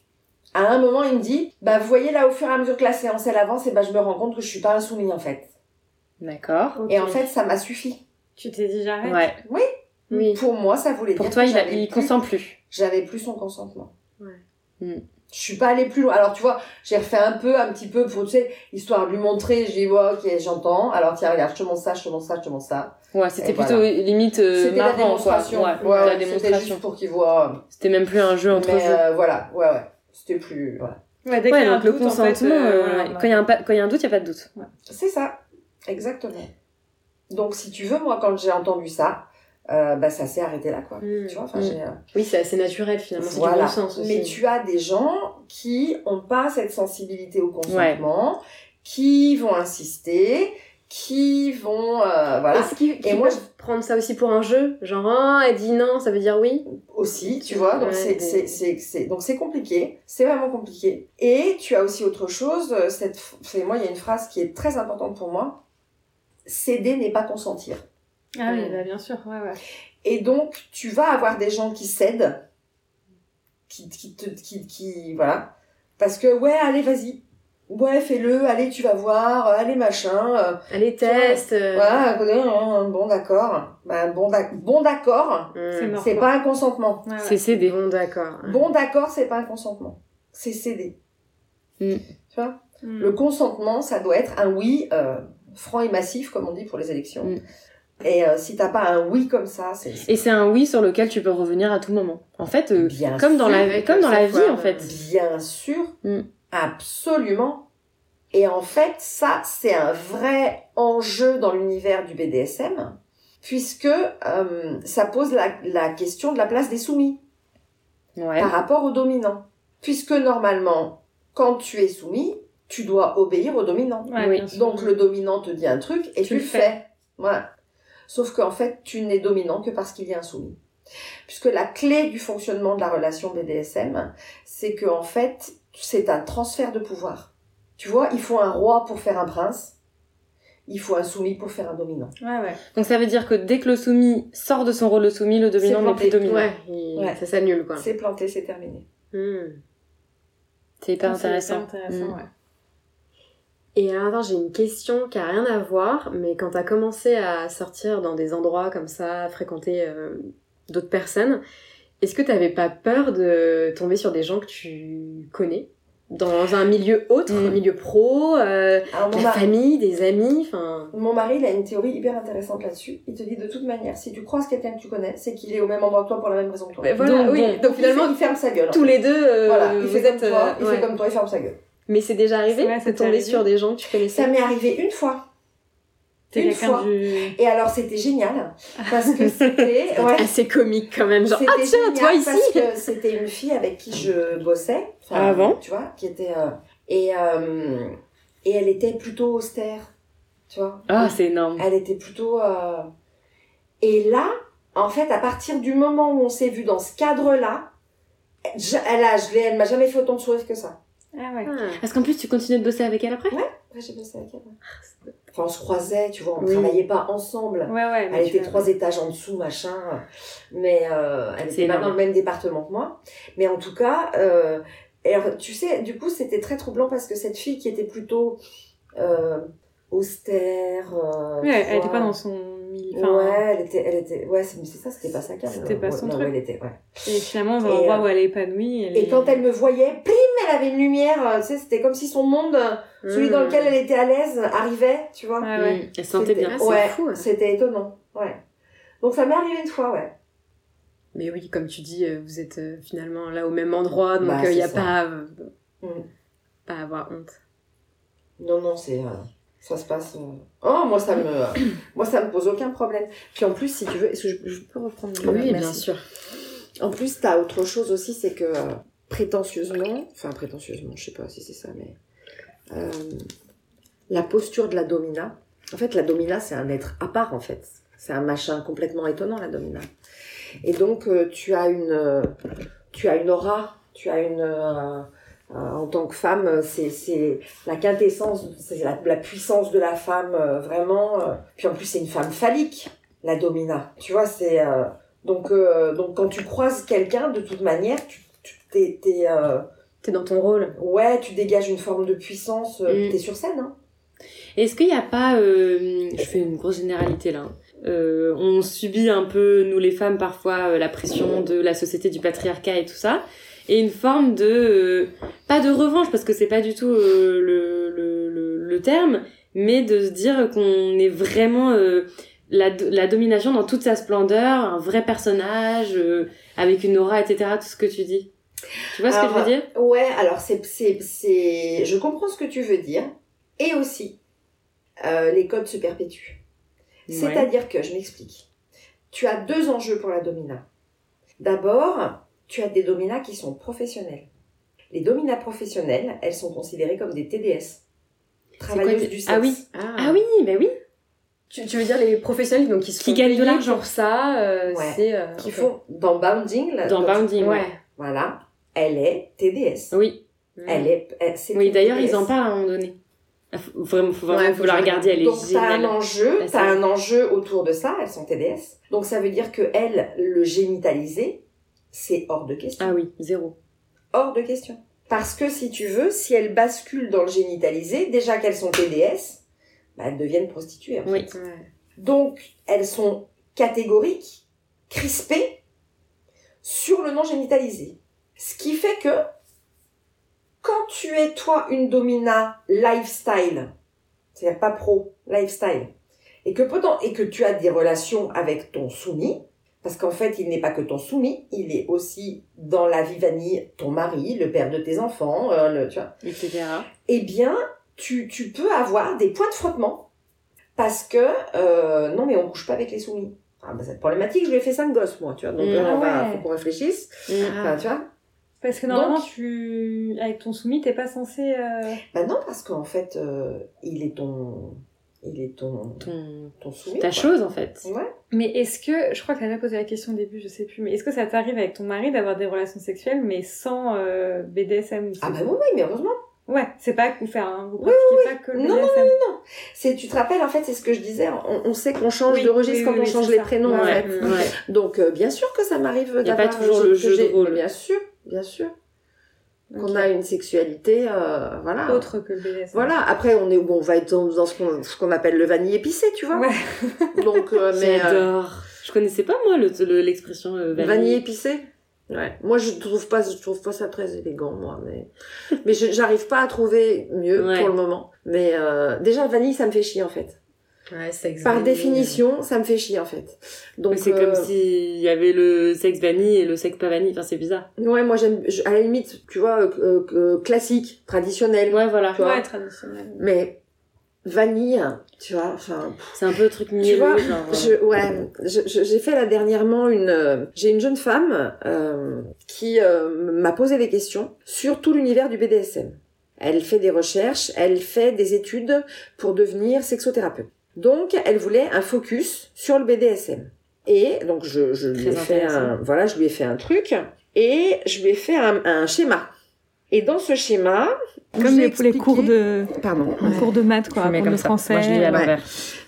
Speaker 4: à un moment il me dit bah vous voyez là au fur et à mesure que la séance elle avance et bah je me rends compte que je suis pas insoumis en fait
Speaker 2: D'accord.
Speaker 4: et en fait ça m'a suffi
Speaker 8: Tu t'es dit j'arrête.
Speaker 2: Ouais.
Speaker 5: Oui.
Speaker 4: pour moi ça voulait
Speaker 2: Pour
Speaker 4: dire
Speaker 2: toi
Speaker 4: que
Speaker 2: il, a-
Speaker 4: j'avais
Speaker 2: il
Speaker 4: plus-
Speaker 2: consent plus.
Speaker 4: j'avais plus son consentement. Hmm.
Speaker 5: Ouais.
Speaker 2: Mm.
Speaker 4: Je suis pas allée plus loin. Alors tu vois, j'ai refait un peu, un petit peu pour, tu sais, histoire de lui montrer. J'ai dit, ouais, ok, j'entends. Alors tiens, regarde, je te montre ça, je te montre ça, je te montre ça.
Speaker 2: Ouais, c'était
Speaker 4: Et
Speaker 2: plutôt limite euh,
Speaker 4: c'était
Speaker 2: marrant
Speaker 4: la démonstration.
Speaker 2: quoi. Ouais, la
Speaker 4: C'était
Speaker 2: démonstration.
Speaker 4: juste pour qu'il voit. euh,
Speaker 2: C'était même plus un jeu entre
Speaker 4: mais
Speaker 2: vous.
Speaker 4: euh, voilà, ouais, ouais. C'était plus. Voilà.
Speaker 8: Ouais, dès qu'il
Speaker 2: Ouais,
Speaker 8: y a un
Speaker 2: donc le
Speaker 8: doute, en fait,
Speaker 2: consentement,
Speaker 8: euh,
Speaker 2: euh,
Speaker 8: voilà,
Speaker 2: ouais.
Speaker 8: on a-
Speaker 2: quand il y a un pa- quand il y a un doute, il y a pas de doute.
Speaker 4: C'est ça, exactement. Donc, si tu veux, moi, quand j'ai entendu ça, euh, bah, ça s'est arrêté là, quoi. Tu vois, enfin,
Speaker 2: Mm.
Speaker 4: j'ai, euh,
Speaker 2: Oui, c'est assez naturel finalement, c'est
Speaker 4: voilà.
Speaker 2: du bon sens aussi.
Speaker 4: Mais tu as des gens qui n'ont pas cette sensibilité au consentement, qui vont insister, qui vont... euh, voilà.
Speaker 2: Est-ce qu'il-
Speaker 4: Et
Speaker 2: qu'il
Speaker 4: moi,
Speaker 2: peut prendre ça aussi pour un jeu Genre, ah, elle dit non, ça veut dire oui
Speaker 4: aussi, tu vois. Donc
Speaker 2: Ouais,
Speaker 4: c'est
Speaker 2: mais-
Speaker 4: c'est- c'est- c'est- donc c'est compliqué, c'est vraiment compliqué. Et tu as aussi autre chose. euh, Cette f- c'est moi il y a une phrase qui est très importante pour moi. Céder n'est pas consentir.
Speaker 8: Ah oui,
Speaker 2: Ouais.
Speaker 8: bah, bien sûr, ouais, ouais.
Speaker 4: Et donc tu vas avoir des gens qui cèdent, qui qui te- qui, qui- voilà, parce que ouais allez vas-y. Ouais, fais-le, allez, tu vas voir, euh, allez, machin. euh,
Speaker 2: Allez, teste euh,
Speaker 4: voilà, euh, bon, d'accord. Bah, bon, d'ac- bon, d'accord,
Speaker 2: hmm.
Speaker 8: mort.
Speaker 4: c'est pas un consentement.
Speaker 8: Ouais, ouais.
Speaker 2: C'est cédé. Bon, d'accord.
Speaker 4: Bon d'accord, c'est pas un consentement. C'est céder.
Speaker 2: Mm.
Speaker 4: Tu vois
Speaker 8: Mm.
Speaker 4: Le consentement, ça doit être un oui euh, franc et massif, comme on dit pour les élections.
Speaker 2: Mm.
Speaker 4: Et euh, si t'as pas un oui comme ça, c'est...
Speaker 2: Et c'est un oui sur lequel tu peux revenir à tout moment. En fait, euh,
Speaker 4: Bien
Speaker 2: comme dans
Speaker 4: sûr.
Speaker 2: la, comme dans la vie, en fait.
Speaker 4: Bien sûr,
Speaker 2: Mm.
Speaker 4: absolument. Et en fait, ça, c'est un vrai enjeu dans l'univers du BDSM, puisque euh, ça pose la, la question de la place des soumis
Speaker 2: Ouais.
Speaker 4: par rapport au dominant. Puisque normalement, quand tu es soumis, tu dois obéir au dominant.
Speaker 8: Ouais,
Speaker 2: Oui.
Speaker 8: bien sûr.
Speaker 4: Donc le dominant te dit un truc et tu,
Speaker 8: le
Speaker 4: le fais. Voilà. Sauf qu'en fait, tu n'es dominant que parce qu'il y a un soumis. Puisque la clé du fonctionnement de la relation BDSM, c'est que en fait, c'est un transfert de pouvoir. Tu vois, il faut un roi pour faire un prince, il faut un soumis pour faire un dominant.
Speaker 8: Ouais, ouais.
Speaker 2: Donc ça veut dire que dès que le soumis sort de son rôle de soumis, le dominant
Speaker 4: C'est
Speaker 2: n'est plus
Speaker 4: planté.
Speaker 2: dominant.
Speaker 5: Ouais, il-
Speaker 4: Ouais.
Speaker 5: ça s'annule quoi.
Speaker 4: C'est planté, c'est terminé.
Speaker 2: Hmm. C'est hyper
Speaker 8: C'est
Speaker 2: intéressant.
Speaker 8: intéressant,
Speaker 2: Mm.
Speaker 8: ouais.
Speaker 5: Et alors, attends, j'ai une question qui a rien à voir, mais quand t'as commencé à sortir dans des endroits comme ça, à fréquenter euh, d'autres personnes, est-ce que t'avais pas peur de tomber sur des gens que tu connais dans un milieu autre,
Speaker 4: Hmm.
Speaker 2: Mm.
Speaker 5: un milieu pro, euh,
Speaker 4: Alors,
Speaker 5: de
Speaker 4: mon
Speaker 2: bah.
Speaker 5: la
Speaker 4: mari,
Speaker 5: famille, des amis, enfin.
Speaker 4: mon mari, il a une théorie hyper intéressante là-dessus. Il te dit de toute manière, si tu croises quelqu'un que tu connais, c'est qu'il est au même endroit que toi pour la même raison que toi.
Speaker 5: Ben voilà,
Speaker 2: Donc,
Speaker 5: oui.
Speaker 2: bon.
Speaker 5: Donc,
Speaker 4: Donc,
Speaker 5: finalement,
Speaker 4: il, fait- il ferme sa gueule.
Speaker 5: tous les deux. euh,
Speaker 4: Voilà, il
Speaker 5: vous
Speaker 4: fait comme
Speaker 5: êtes,
Speaker 4: toi,
Speaker 5: euh,
Speaker 4: il
Speaker 5: ouais.
Speaker 4: fait comme toi, il ferme sa gueule.
Speaker 5: Mais c'est déjà arrivé
Speaker 8: Ouais, ça
Speaker 5: de
Speaker 8: t'est
Speaker 5: tomber
Speaker 8: arrivé.
Speaker 5: sur des gens que tu connaissais.
Speaker 4: Ça m'est arrivé une fois.
Speaker 8: T'es
Speaker 4: Une
Speaker 8: quelqu'un
Speaker 4: fois.
Speaker 8: du.
Speaker 4: Et alors, c'était génial. Parce que
Speaker 5: *laughs*
Speaker 4: c'était. ouais,
Speaker 5: Assez comique quand même, genre
Speaker 4: c'était
Speaker 5: ah tiens
Speaker 4: génial
Speaker 5: toi ici.
Speaker 4: Parce que c'était une fille avec qui je bossais. Enfin,
Speaker 2: Ah, avant
Speaker 4: Tu vois, qui était. euh, et, euh, et elle était plutôt austère. Tu vois
Speaker 2: Ah, c'est énorme.
Speaker 4: Elle était plutôt. euh, Et là, en fait, à partir du moment où on s'est vu dans ce cadre-là, je- elle a, je l'ai- elle m'a jamais fait autant de sourire que ça.
Speaker 8: Ah ouais.
Speaker 2: Parce qu'en plus, tu continues de bosser avec elle après
Speaker 4: Après, j'ai bossé avec elle. ouais. Enfin, on se croisait, tu vois, on
Speaker 2: Ah, Oui.
Speaker 4: travaillait pas ensemble.
Speaker 8: Ouais, ouais. mais
Speaker 4: Elle
Speaker 8: tu
Speaker 4: était
Speaker 8: vas-
Speaker 4: trois étages en dessous, machin. Mais euh, elle
Speaker 2: C'est
Speaker 4: était pas
Speaker 2: énorme.
Speaker 4: dans le même département que moi. Mais en tout cas, euh, et alors, tu sais, du coup, c'était très troublant parce que cette fille qui était plutôt euh, austère. euh, tu
Speaker 8: Ouais, elle était
Speaker 4: vois.
Speaker 8: pas dans son milieu.
Speaker 4: ouais,
Speaker 8: Enfin,
Speaker 4: elle était, elle était, ouais, c'est mais c'est ça, c'était pas sa carte.
Speaker 8: C'était pas son
Speaker 4: non,
Speaker 8: truc.
Speaker 4: elle était, ouais.
Speaker 8: Et finalement, dans
Speaker 4: Et,
Speaker 8: l'endroit
Speaker 4: euh,
Speaker 8: où elle est épanouie. Elle
Speaker 4: Et
Speaker 8: est-
Speaker 4: quand elle me voyait, plim, elle avait une lumière, euh, tu sais, c'était comme si son monde, celui dans lequel elle était à l'aise, arrivait, tu vois.
Speaker 8: Mmh. Ouais, ouais.
Speaker 5: Mm.
Speaker 2: Hmm. Elle se sentait
Speaker 4: C'était- hein.
Speaker 2: bien.
Speaker 5: Ah, c'est
Speaker 4: ouais,
Speaker 5: fou, hein. ouais.
Speaker 4: C'était étonnant, ouais. Donc ça m'est arrivé une fois, ouais.
Speaker 5: Mais oui, comme tu dis, euh, vous êtes euh, finalement là au même endroit, donc
Speaker 4: Bah,
Speaker 5: il
Speaker 4: c'est
Speaker 5: n'y a
Speaker 4: ça.
Speaker 5: pas, euh,
Speaker 4: Mm.
Speaker 5: pas à avoir honte.
Speaker 4: Non, non, c'est. euh, ça se passe. euh, Oh, moi, ça me. moi, ça me pose aucun problème. Puis en plus, si tu veux. Est-ce que je, je peux reprendre le- Merci.
Speaker 5: sûr.
Speaker 4: En plus, t'as autre chose aussi, c'est que euh, prétentieusement. Enfin, prétentieusement, je sais pas si c'est ça, mais. euh, la posture de la domina. En fait, la domina, c'est un être à part, en fait. C'est un machin complètement étonnant, la domina. Et donc, euh, tu as une. euh, tu as une aura. Tu as une. euh, euh, en tant que femme, euh, c'est- c'est la quintessence, c'est la, la puissance de la femme, euh, vraiment. euh. Puis en plus, c'est une femme phallique, la domina. Tu vois, c'est. euh, donc, euh, donc, quand tu croises quelqu'un, de toute manière, tu, tu t'es- t'es, euh,
Speaker 5: T'es dans ton rôle.
Speaker 4: ouais, tu dégages une forme de puissance, euh,
Speaker 2: Mm.
Speaker 4: t'es sur scène. Hein.
Speaker 2: Est-ce qu'il n'y a pas, euh, je fais une grosse généralité là, hein. Euh, on subit un peu, nous les femmes parfois, euh, la pression de la société du patriarcat et tout ça, et une forme de, euh, pas de revanche parce que c'est pas du tout euh, le, le, le, le terme, mais de se dire qu'on est vraiment euh, la, do- la domination dans toute sa splendeur, un vrai personnage, euh, avec une aura, etc., tout ce que tu dis. Tu vois ce que je veux
Speaker 4: Alors,
Speaker 2: dire
Speaker 4: Ouais, alors c'est, c'est, c'est, je comprends ce que tu veux dire, et aussi, euh, les codes se perpétuent. C'est-à-dire que, je m'explique, tu as deux enjeux pour la domina. D'abord, tu as des dominas qui sont professionnels. Les dominas professionnelles, elles sont considérées comme des TDS. Travailleuses
Speaker 2: des-
Speaker 4: du sexe.
Speaker 2: Ah oui.
Speaker 5: Ah,
Speaker 2: Ah oui, bah oui.
Speaker 5: Tu, tu veux dire les professionnels donc, qui, se
Speaker 2: Qui
Speaker 5: font
Speaker 2: gagnent de
Speaker 5: payer
Speaker 2: l'argent.
Speaker 5: pour ça euh,
Speaker 4: Ouais.
Speaker 5: c'est, euh,
Speaker 4: Qui
Speaker 5: ok.
Speaker 4: font dans Bounding. là,
Speaker 2: Dans
Speaker 4: quand tu-
Speaker 2: Bounding, ouais.
Speaker 4: Voilà. Elle est TDS.
Speaker 2: Oui.
Speaker 4: Elle est. elle- c'est
Speaker 2: Oui,
Speaker 4: une
Speaker 2: d'ailleurs,
Speaker 4: TDS.
Speaker 2: ils en parlent à un moment donné. Ah, Faut vraiment, faut vraiment
Speaker 4: Ouais,
Speaker 2: faut la regarder, elle est
Speaker 4: Donc, t'as un
Speaker 2: géniale.
Speaker 4: enjeu,
Speaker 2: Elle,
Speaker 4: t'as
Speaker 2: c'est-
Speaker 4: un enjeu autour de ça, elles sont TDS. Donc, ça veut dire que elle, le génitaliser, c'est hors de question.
Speaker 2: Ah oui, zéro.
Speaker 4: Hors de question. Parce que si tu veux, si elles basculent dans le génitalisé, déjà qu'elles sont TDS, bah, elles deviennent prostituées. en fait.
Speaker 2: Oui.
Speaker 4: Donc, elles sont catégoriques, crispées sur le non génitalisé. Ce qui fait que, quand tu es toi une domina lifestyle, c'est-à-dire pas pro, lifestyle, et que, potent- et que tu as des relations avec ton soumis, parce qu'en fait, il n'est pas que ton soumis, il est aussi dans la vie vanille ton mari, le père de tes enfants, euh, le, tu vois
Speaker 2: Etc.
Speaker 4: eh bien, tu, tu peux avoir des points de frottement parce que euh, non, mais on couche pas avec les soumis. Ah, bah, cette problématique, je lui ai fait cinq gosses, moi, tu vois. Donc,
Speaker 2: Mm.
Speaker 4: là, on va-
Speaker 8: Mmh, ah Ouais. Ah.
Speaker 4: faut qu'on réfléchisse. Enfin, tu vois.
Speaker 8: Parce que normalement, tu... avec ton soumis, t'es pas censé. euh,
Speaker 4: Bah non, parce qu'en fait, euh, il est ton. Il est ton.
Speaker 2: Ton-
Speaker 4: Ton soumis.
Speaker 2: Ta
Speaker 4: quoi.
Speaker 2: chose, en fait.
Speaker 4: Ouais.
Speaker 8: Mais est-ce que, je crois que t'avais posé la question au début, je sais plus, mais est-ce que ça t'arrive avec ton mari d'avoir des relations sexuelles mais sans euh, BDSM
Speaker 4: Ah, bah oui, oui, mais heureusement.
Speaker 8: Ouais, c'est pas que vous faire un. Vous
Speaker 4: Oui,
Speaker 8: pratiquez pas que le
Speaker 4: Non, non,
Speaker 8: BDSM.
Speaker 4: C'est, tu te rappelles, en fait, c'est ce que je disais. On, on sait qu'on change
Speaker 8: Oui,
Speaker 4: de registre
Speaker 8: oui,
Speaker 4: quand
Speaker 8: oui,
Speaker 4: on
Speaker 8: oui,
Speaker 4: change
Speaker 8: c'est
Speaker 4: les
Speaker 8: ça. Mmh.
Speaker 4: prénoms, en
Speaker 2: Ouais,
Speaker 4: fait.
Speaker 2: ouais.
Speaker 4: Donc, euh, bien sûr que ça m'arrive
Speaker 2: Y a
Speaker 4: d'avoir...
Speaker 2: pas toujours
Speaker 4: je-
Speaker 2: le
Speaker 4: que
Speaker 2: jeu de
Speaker 4: j'ai-
Speaker 2: rôle.
Speaker 4: Bien sûr, bien sûr. Qu'on a une sexualité, euh, voilà.
Speaker 8: Autre que le BDSM.
Speaker 4: Voilà, après on est bon, on va être dans, dans ce qu'on ce qu'on appelle le vanille épicé, tu vois.
Speaker 8: Ouais.
Speaker 4: *laughs* Donc euh, mais euh,
Speaker 2: J'adore. Je connaissais pas, moi, le- le- l'expression euh, vanille.
Speaker 4: vanille épicé. Ouais. Moi je trouve pas je trouve pas ça très élégant moi
Speaker 2: *laughs*
Speaker 4: mais mais je- j'arrive pas à trouver mieux
Speaker 2: Ouais.
Speaker 4: pour le moment. Mais euh, déjà vanille ça me fait chier en fait.
Speaker 5: Ouais, sexe
Speaker 4: Par
Speaker 5: vanille.
Speaker 4: définition, ça me fait chier en fait. Donc
Speaker 2: Mais c'est
Speaker 4: euh,
Speaker 2: comme s'il y avait le sexe vanille et le sexe pas vanille. Enfin, c'est bizarre.
Speaker 4: ouais, moi j'aime je- à la limite, tu vois euh, euh, euh, classique, traditionnel,
Speaker 2: Ouais, voilà.
Speaker 4: tu vois.
Speaker 8: Ouais, traditionnel.
Speaker 4: Mais vanille, tu vois, enfin
Speaker 2: C'est un peu le truc mielleux,
Speaker 4: Tu vois,
Speaker 2: genre, euh,
Speaker 4: je, ouais, je- je- j'ai fait là dernièrement une. euh, J'ai une jeune femme euh, qui euh, m'a posé des questions sur tout l'univers du BDSM. Elle fait des recherches, elle fait des études pour devenir sexothérapeute. Donc, elle voulait un focus sur le BDSM. Et donc, je, je lui
Speaker 2: Très
Speaker 4: ai fait un,
Speaker 2: intéressant.
Speaker 4: voilà, je lui ai fait un truc et je lui ai fait un, un schéma. Et dans ce schéma, je
Speaker 7: Comme
Speaker 4: lui ai
Speaker 7: les, les cours
Speaker 4: expliqué-
Speaker 7: de,
Speaker 4: pardon,
Speaker 7: les cours de maths, quoi,
Speaker 2: je mets
Speaker 7: apprendre
Speaker 2: comme
Speaker 7: le
Speaker 2: ça. Moi, je
Speaker 7: français.
Speaker 2: lis à
Speaker 4: Ouais.
Speaker 2: l'envers.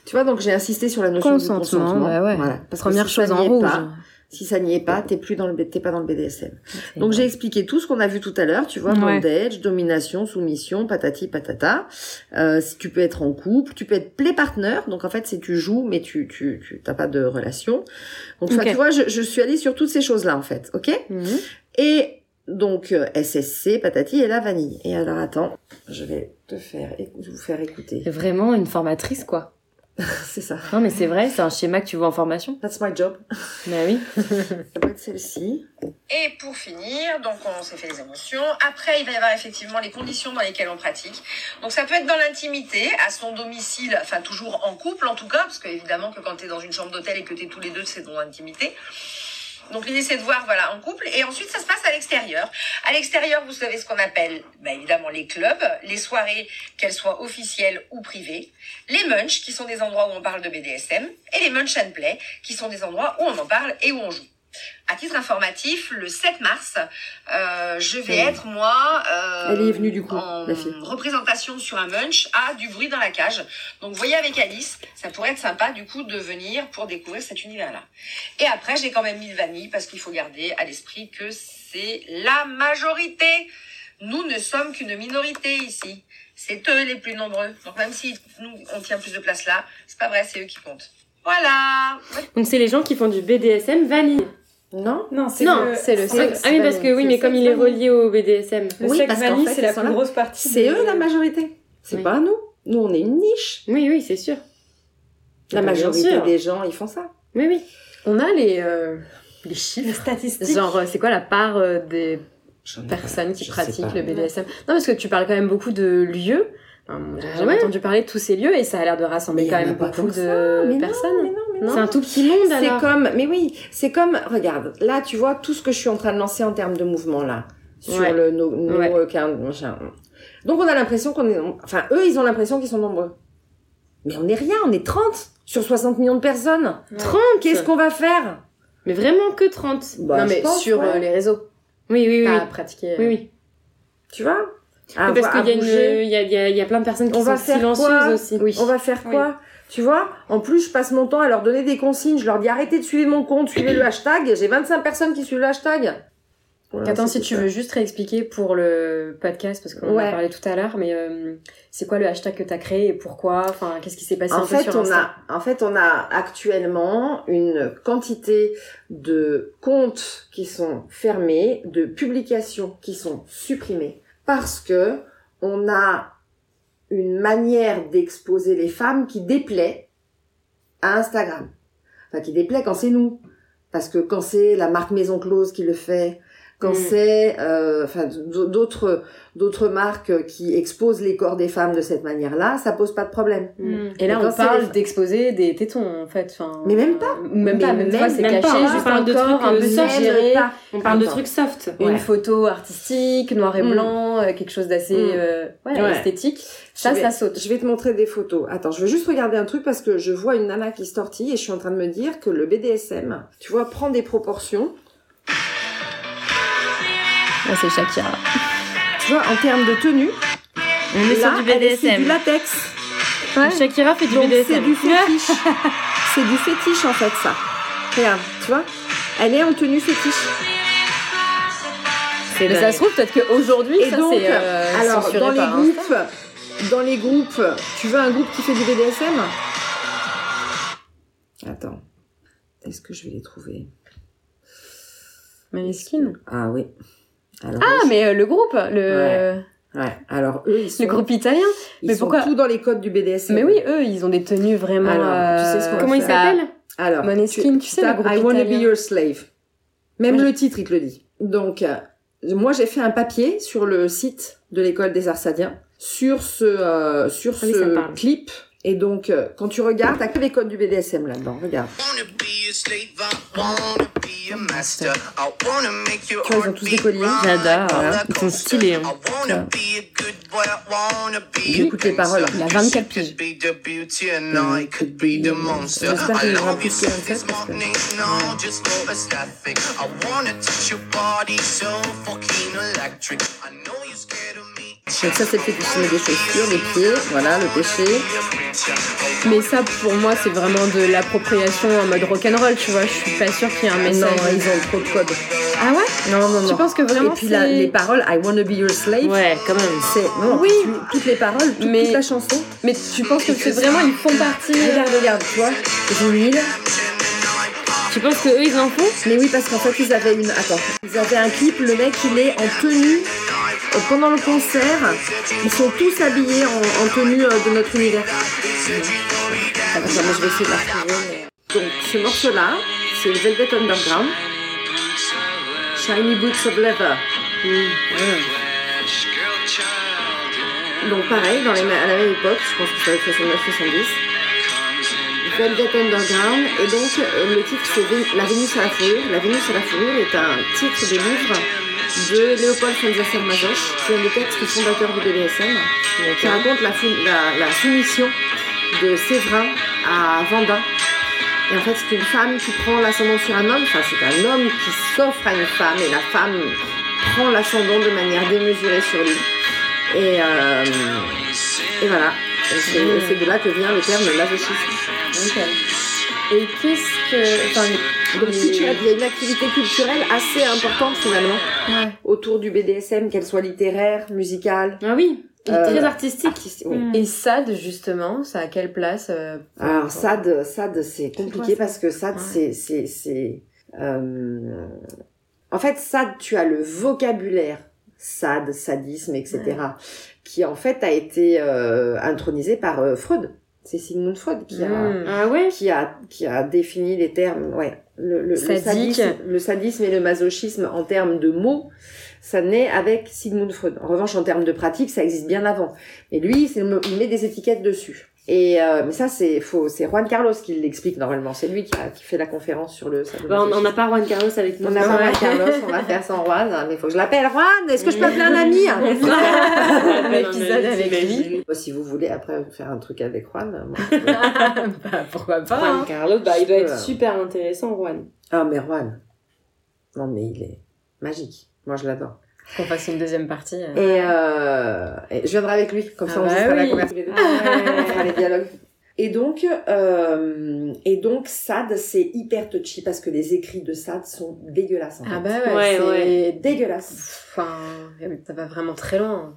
Speaker 4: tu vois, donc j'ai insisté sur la notion
Speaker 5: Consentement,
Speaker 4: du consentement.
Speaker 5: bah ouais.
Speaker 4: Voilà. Parce que
Speaker 5: Première
Speaker 4: si ça
Speaker 5: chose en
Speaker 4: n'y est
Speaker 5: rouge.
Speaker 4: pas, si ça n'y est pas, t'es plus dans le, B- t'es pas dans le BDSM.
Speaker 5: C'est
Speaker 4: Donc j'ai expliqué tout ce qu'on a vu tout à l'heure, tu vois,
Speaker 7: Ouais.
Speaker 4: bondage, domination, soumission, patati patata. Euh, si tu peux être en couple, tu peux être play partner, donc en fait c'est tu joues mais tu tu tu t'as pas de relation. Donc soit,
Speaker 7: Ok.
Speaker 4: tu vois, je, je suis allée sur toutes ces choses là en fait, ok
Speaker 5: Mhm.
Speaker 4: Et donc euh, SSC, patati et la vanille. Et alors attends, je vais te faire éc- vous faire *laughs* écouter.
Speaker 2: Vraiment une formatrice, quoi.
Speaker 4: c'est ça.
Speaker 2: Non, mais c'est vrai, c'est un schéma que tu vois en formation.
Speaker 4: That's my job.
Speaker 2: Bah oui.
Speaker 4: Ça doit être celle-ci.
Speaker 10: Et pour finir, donc on s'est fait les émotions. Après, il va y avoir effectivement les conditions dans lesquelles on pratique. Donc ça peut être dans l'intimité, à son domicile, enfin toujours en couple en tout cas, parce qu'évidemment que quand tu es dans une chambre d'hôtel et que tu es tous les deux, c'est dans l'intimité. Donc l'idée c'est de voir voilà en couple et ensuite ça se passe à l'extérieur. À l'extérieur vous savez ce qu'on appelle bah, évidemment les clubs, les soirées qu'elles soient officielles ou privées, les munchs qui sont des endroits où on parle de BDSM et les munch and play qui sont des endroits où on en parle et où on joue. À titre informatif, le 7 mars, euh, je vais être moi euh,
Speaker 4: Elle y est venue, du coup,
Speaker 10: en
Speaker 4: la fille.
Speaker 10: représentation sur un munch à du bruit dans la cage. Donc voyez avec Alice, ça pourrait être sympa du coup de venir pour découvrir cet univers-là. Et après, j'ai quand même mis le vanille parce qu'il faut garder à l'esprit que c'est la majorité. Nous ne sommes qu'une minorité ici. C'est eux les plus nombreux. Donc même si nous on tient plus de place là, c'est pas vrai, c'est eux qui comptent. Voilà.
Speaker 2: Donc, c'est les gens qui font du BDSM vanille.
Speaker 4: Non
Speaker 8: Non, c'est
Speaker 2: Non,
Speaker 8: le.
Speaker 5: C'est le
Speaker 2: Ah
Speaker 5: sexe.
Speaker 2: oui, parce que oui,
Speaker 5: C'est
Speaker 2: mais
Speaker 5: le
Speaker 2: comme
Speaker 5: sexe
Speaker 2: il est relié
Speaker 5: vanille.
Speaker 2: au BDSM.
Speaker 8: Le
Speaker 4: Oui,
Speaker 8: sexe
Speaker 4: parce qu'en
Speaker 8: vanille,
Speaker 4: fait,
Speaker 8: c'est
Speaker 4: ils
Speaker 8: la
Speaker 4: sont
Speaker 8: plus
Speaker 4: là.
Speaker 8: grosse partie.
Speaker 4: C'est
Speaker 8: de-
Speaker 4: eux la majorité. C'est
Speaker 2: Oui.
Speaker 4: pas nous. Nous, on est une niche.
Speaker 2: Oui, oui, c'est sûr.
Speaker 4: La
Speaker 2: Ah bah, bien
Speaker 4: majorité
Speaker 2: sûr.
Speaker 4: des gens, ils font ça.
Speaker 2: Oui, oui.
Speaker 5: On a les, euh, les
Speaker 8: Les
Speaker 5: chiffres.
Speaker 8: statistiques.
Speaker 5: Genre, euh, c'est quoi la part euh, des
Speaker 4: J'en ai-
Speaker 5: personnes qui
Speaker 4: Je sais
Speaker 5: pratiquent
Speaker 4: pas.
Speaker 5: le BDSM Non, parce que tu parles quand même beaucoup de lieux. Hum, J'ai
Speaker 2: Ah
Speaker 5: jamais
Speaker 2: ouais.
Speaker 5: entendu parler de tous ces lieux et ça a l'air de rassembler quand même beaucoup de personnes. C'est un tout petit monde
Speaker 4: C'est
Speaker 5: alors.
Speaker 4: comme, mais oui, c'est comme, regarde, là tu vois tout ce que je suis en train de lancer en termes de mouvement là sur
Speaker 5: Ouais.
Speaker 4: le no, no-
Speaker 5: Ouais.
Speaker 4: euh, quin- machin. Donc on a l'impression qu'on est, enfin eux ils ont l'impression qu'ils sont nombreux, mais on n'est rien, on est 30 sur 60 millions de personnes.
Speaker 5: 30
Speaker 4: Qu'est-ce qu'on va faire
Speaker 2: Mais vraiment que 30
Speaker 4: Bah,
Speaker 5: Non
Speaker 4: je
Speaker 5: mais
Speaker 4: pense,
Speaker 5: sur
Speaker 4: ouais.
Speaker 5: euh, les réseaux.
Speaker 2: Oui, oui, oui.
Speaker 5: Pas
Speaker 2: oui.
Speaker 5: à pratiquer. euh,
Speaker 2: Oui, oui.
Speaker 4: Tu vois À-
Speaker 2: Mais parce
Speaker 4: à
Speaker 2: qu'il y, a une-
Speaker 4: bouger.
Speaker 2: il y a, il y a- il y a plein de personnes qui
Speaker 4: On
Speaker 2: sont
Speaker 4: va faire
Speaker 2: silencieuses
Speaker 4: quoi
Speaker 2: aussi.
Speaker 4: On va faire
Speaker 2: Oui.
Speaker 4: quoi Tu vois En plus, je passe mon temps à leur donner des consignes. Je leur dis arrêtez de suivre mon compte, suivez le hashtag. J'ai 25 personnes qui suivent le hashtag. Voilà,
Speaker 5: Attends,
Speaker 4: c'est
Speaker 5: si tu
Speaker 4: ça.
Speaker 5: veux juste réexpliquer pour le podcast, parce qu'on en
Speaker 4: Ouais.
Speaker 5: a parlé tout à l'heure, mais euh, c'est quoi le hashtag que t'as créé et pourquoi Enfin, qu'est-ce qui s'est passé
Speaker 4: En
Speaker 5: un peu
Speaker 4: fait,
Speaker 5: sur
Speaker 4: on
Speaker 5: Insta
Speaker 4: a, en fait, on a actuellement une quantité de comptes qui sont fermés, de publications qui sont supprimées, parce que on a une manière d'exposer les femmes qui déplaît à Instagram. Enfin, qui déplaît quand c'est nous. Parce que quand c'est la marque Maison Close qui le fait, quand
Speaker 2: Mm.
Speaker 4: c'est euh, enfin, d- d'autres d'autres marques qui exposent les corps des femmes de cette manière-là, ça pose pas de problème.
Speaker 5: Mm. Et là,
Speaker 4: Mais quand
Speaker 5: on
Speaker 4: c'est
Speaker 5: parle
Speaker 4: les-
Speaker 5: d'exposer des tétons, en fait. Enfin,
Speaker 4: Mais même pas.
Speaker 5: Ou même
Speaker 4: Mais
Speaker 5: pas, hein. même,
Speaker 4: même-
Speaker 5: toi, c'est
Speaker 2: même
Speaker 5: caché,
Speaker 2: pas, on
Speaker 5: juste
Speaker 2: parle
Speaker 5: un
Speaker 2: de
Speaker 5: corps
Speaker 2: trucs,
Speaker 5: un
Speaker 2: euh,
Speaker 5: peu
Speaker 2: même
Speaker 5: suggéré,
Speaker 4: pas.
Speaker 2: On parle de
Speaker 4: Attends.
Speaker 2: trucs soft.
Speaker 4: Ouais.
Speaker 5: une photo artistique, noir et
Speaker 4: Mm.
Speaker 5: blanc, euh, quelque chose d'assez
Speaker 4: Mm.
Speaker 5: euh, ouais,
Speaker 4: Ouais.
Speaker 5: esthétique. Ça,
Speaker 4: Je vais-
Speaker 5: ça saute.
Speaker 4: Je vais te montrer des photos. Attends, je veux juste regarder un truc parce que je vois une nana qui se tortille et je suis en train de me dire que le BDSM, tu vois, prend des proportions.
Speaker 5: Ah, c'est Shakira.
Speaker 4: Tu vois, en termes de tenue,
Speaker 2: On est sur
Speaker 4: là,
Speaker 2: du
Speaker 4: elle- c'est du
Speaker 2: BDSM.
Speaker 4: latex.
Speaker 2: Shakira fait du
Speaker 4: Donc c'est
Speaker 2: BDSM.
Speaker 4: du
Speaker 5: *laughs*
Speaker 4: fétiche. c'est du fétiche en fait ça. Regarde, tu vois, elle est en tenue fétiche.
Speaker 2: C'est
Speaker 5: Mais ça
Speaker 2: dingue.
Speaker 5: se trouve, peut-être qu'aujourd'hui,
Speaker 4: Et
Speaker 5: ça,
Speaker 4: donc,
Speaker 5: c'est euh,
Speaker 4: alors
Speaker 5: censuré
Speaker 4: dans les
Speaker 5: par Insta.
Speaker 4: groupes, dans les groupes, tu veux un groupe qui fait du BDSM Attends, est-ce que je vais les trouver
Speaker 5: Mais les skins.
Speaker 4: Ah oui. Alors,
Speaker 5: Ah,
Speaker 4: eux,
Speaker 5: mais euh, le groupe, le,
Speaker 4: Ouais. Alors eux, ils sont,
Speaker 5: le groupe italien.
Speaker 4: ils
Speaker 5: mais
Speaker 4: sont
Speaker 5: pourquoi
Speaker 4: tout dans les codes du BDSM.
Speaker 5: Mais oui, eux, ils ont des tenues vraiment. euh,
Speaker 4: Alors, tu sais ce qu'on va
Speaker 5: comment ils
Speaker 4: faire
Speaker 5: s'appellent
Speaker 4: Alors,
Speaker 5: Måneskin, tu sais, le
Speaker 4: tapes
Speaker 5: groupe
Speaker 4: I wanna be
Speaker 5: italien.
Speaker 4: your slave. Même
Speaker 5: Moi,
Speaker 4: le titre, il te le dit. Donc, euh, moi, j'ai fait un papier sur le site de l'école des Arsadiens sur ce euh, sur
Speaker 2: Ah oui, ça me
Speaker 4: ce
Speaker 2: parle.
Speaker 4: clip. Et donc, euh, quand tu regardes, t'as que les codes du BDSM là-dedans. Regarde. Tu vois, ils ont tous des colliers.
Speaker 2: J'adore. Ils sont stylés. hein.
Speaker 4: Ils écoutent les paroles.
Speaker 2: Il a 24 piges.
Speaker 4: J'espère qu'ils aura plus que 27 parce que... Donc ça c'est le fait que tu mets des chaussures, des pieds, voilà, le péché.
Speaker 2: Mais ça, pour moi, c'est vraiment de l'appropriation en mode rock'n'roll, tu vois. Je suis pas sûre qu'il y ait un
Speaker 4: Non,
Speaker 2: message.
Speaker 4: ils ont trop de codes.
Speaker 2: Ah ouais
Speaker 4: Non, non, non.
Speaker 2: Tu penses que vraiment
Speaker 4: Bah, Et puis la-
Speaker 2: c'est-
Speaker 4: les paroles, I wanna be your slave,
Speaker 2: Ouais, quand même.
Speaker 4: c'est... Non,
Speaker 2: Oui.
Speaker 4: tu- toutes les paroles, toute,
Speaker 2: Mais-
Speaker 4: toute la chanson.
Speaker 2: Mais tu penses que c'est vraiment, ils font partie.
Speaker 4: Regarde, regarde, tu vois, vinyle.
Speaker 2: Tu penses que eux, ils en font
Speaker 4: Mais oui, parce qu'en fait, ils avaient une... Attends. Ils avaient un clip, le mec, il est en tenue... euh, Pendant le concert, ils sont tous habillés en, en tenue euh, de notre univers. Attends, moi, je vais essayer de la retrouver, mais- euh, Donc, ce morceau-là, c'est Velvet Underground. Shiny Boots of Leather. Donc pareil, dans les, ma- à la même époque, je pense que ça va être 69-70. Velvet Underground, et donc euh, le titre c'est Vé- La Vénus à la fourrure. La Vénus à la fourrure est un titre de livre de Léopold Fenzasser Mazoch, qui est le texte fondateur du BDSM, qui raconte la, fou- la- la soumission de Séverin à Vendin. Et en fait, c'est une femme qui prend l'ascendant sur un homme, enfin, c'est un homme qui s'offre à une femme, et la femme prend l'ascendant de manière démesurée sur lui. Et, euh, et voilà. Et c'est et c'est de là que vient le terme masochisme.
Speaker 5: Et qu'est-ce que. Enfin, les-
Speaker 4: Donc si tu as- il y a une activité culturelle assez importante finalement
Speaker 5: Ouais.
Speaker 4: autour du BDSM, qu'elle soit littéraire, musicale.
Speaker 2: Ah oui. Il est
Speaker 4: Euh,
Speaker 2: très artistique.
Speaker 4: artistique, oui.
Speaker 5: Et SAD, justement, ça a quelle place euh,
Speaker 4: Alors SAD, SAD c'est compliqué
Speaker 5: quoi, ça
Speaker 4: parce que SAD
Speaker 5: Ouais.
Speaker 4: c'est c'est c'est euh, en fait SAD tu as le vocabulaire SAD, sadisme, etc. qui en fait a été euh, intronisé par euh, Freud. C'est Sigmund Freud qui a
Speaker 5: hmm.
Speaker 2: Ah ouais
Speaker 4: qui a, qui a défini les termes, ouais, le, le, le
Speaker 5: Sadique.
Speaker 4: sadisme, le sadisme et le masochisme en termes de mots. ça naît avec Sigmund Freud. En revanche, en termes de pratique, ça existe bien avant. Mais lui, c'est le- il met des étiquettes dessus. Et euh, mais ça, c'est faux. C'est Juan Carlos qui l'explique normalement. C'est lui qui, a- qui fait la conférence sur le.
Speaker 2: Bah, on on n'a pas Juan Carlos avec nous.
Speaker 4: On a pas Juan
Speaker 2: *laughs*
Speaker 4: Carlos, on va faire sans Juan, hein, mais il faut que je l'appelle. Juan, est-ce que je peux appeler un ami hein, *laughs* Un épisode avec lui. Bah, si vous voulez, après, faire un truc avec Juan. euh, moi,
Speaker 2: pourquoi
Speaker 4: pas,
Speaker 2: Juan
Speaker 4: hein.
Speaker 2: Carlos, bah, il doit
Speaker 4: Je
Speaker 2: être
Speaker 4: peux, euh,
Speaker 2: super intéressant, Juan.
Speaker 4: Ah, mais Juan. Non, mais il est magique. Moi, je l'adore.
Speaker 2: Qu'on fasse une deuxième partie.
Speaker 5: Ah.
Speaker 2: euh.
Speaker 4: Et, euh, et je viendrai avec lui, comme
Speaker 2: Ah
Speaker 4: ça on
Speaker 2: bah
Speaker 4: se fera la
Speaker 2: oui.
Speaker 4: conversation. On fera les dialogues. Et donc, euh, et donc, Sade, c'est hyper touchy parce que les écrits de Sade sont dégueulasses. en
Speaker 5: Ah
Speaker 4: fait.
Speaker 5: bah ouais,
Speaker 4: c'est
Speaker 5: ouais.
Speaker 4: dégueulasse.
Speaker 5: Enfin, eh, ça va vraiment très loin.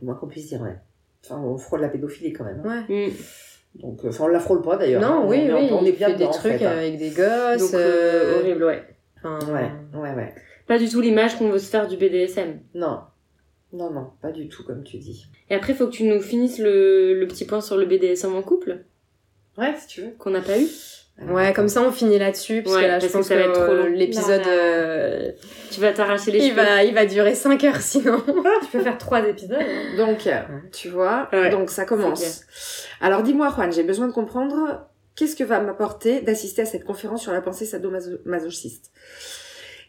Speaker 4: Le moins qu'on puisse dire, ouais. Enfin, on frôle la pédophilie quand même. hein.
Speaker 5: Ouais.
Speaker 2: Mm.
Speaker 4: Donc, euh, enfin, on la frôle pas d'ailleurs.
Speaker 5: Non,
Speaker 4: On-
Speaker 5: oui,
Speaker 4: on,
Speaker 5: oui,
Speaker 4: on,
Speaker 5: il
Speaker 4: est bien
Speaker 5: fait des
Speaker 4: dedans, en
Speaker 5: trucs euh,
Speaker 4: fait, hein.
Speaker 5: avec des gosses.
Speaker 2: Donc, euh, horrible, ouais.
Speaker 5: Enfin,
Speaker 4: Ouais, ouais, ouais.
Speaker 2: Pas du tout l'image qu'on veut se faire du BDSM.
Speaker 4: Non. Non, non, pas du tout, comme tu dis.
Speaker 2: Et après, faut que tu nous finisses le, le petit point sur le BDSM en couple.
Speaker 4: Ouais, si tu veux.
Speaker 2: Qu'on n'a pas eu.
Speaker 5: Ouais, comme ça on finit là-dessus, parce
Speaker 2: Ouais,
Speaker 5: que là je
Speaker 2: parce que
Speaker 5: pense
Speaker 2: ça va être trop long.
Speaker 5: que l'épisode
Speaker 2: Non,
Speaker 5: euh,
Speaker 2: Tu vas t'arracher les
Speaker 5: il
Speaker 2: cheveux.
Speaker 5: va, il va durer 5 heures sinon.
Speaker 8: Tu peux faire trois épisodes. hein.
Speaker 4: Donc, euh, tu vois,
Speaker 2: Ouais.
Speaker 4: donc ça commence. Alors dis-moi, Juan, j'ai besoin de comprendre qu'est-ce que va m'apporter d'assister à cette conférence sur la pensée sadomasochiste.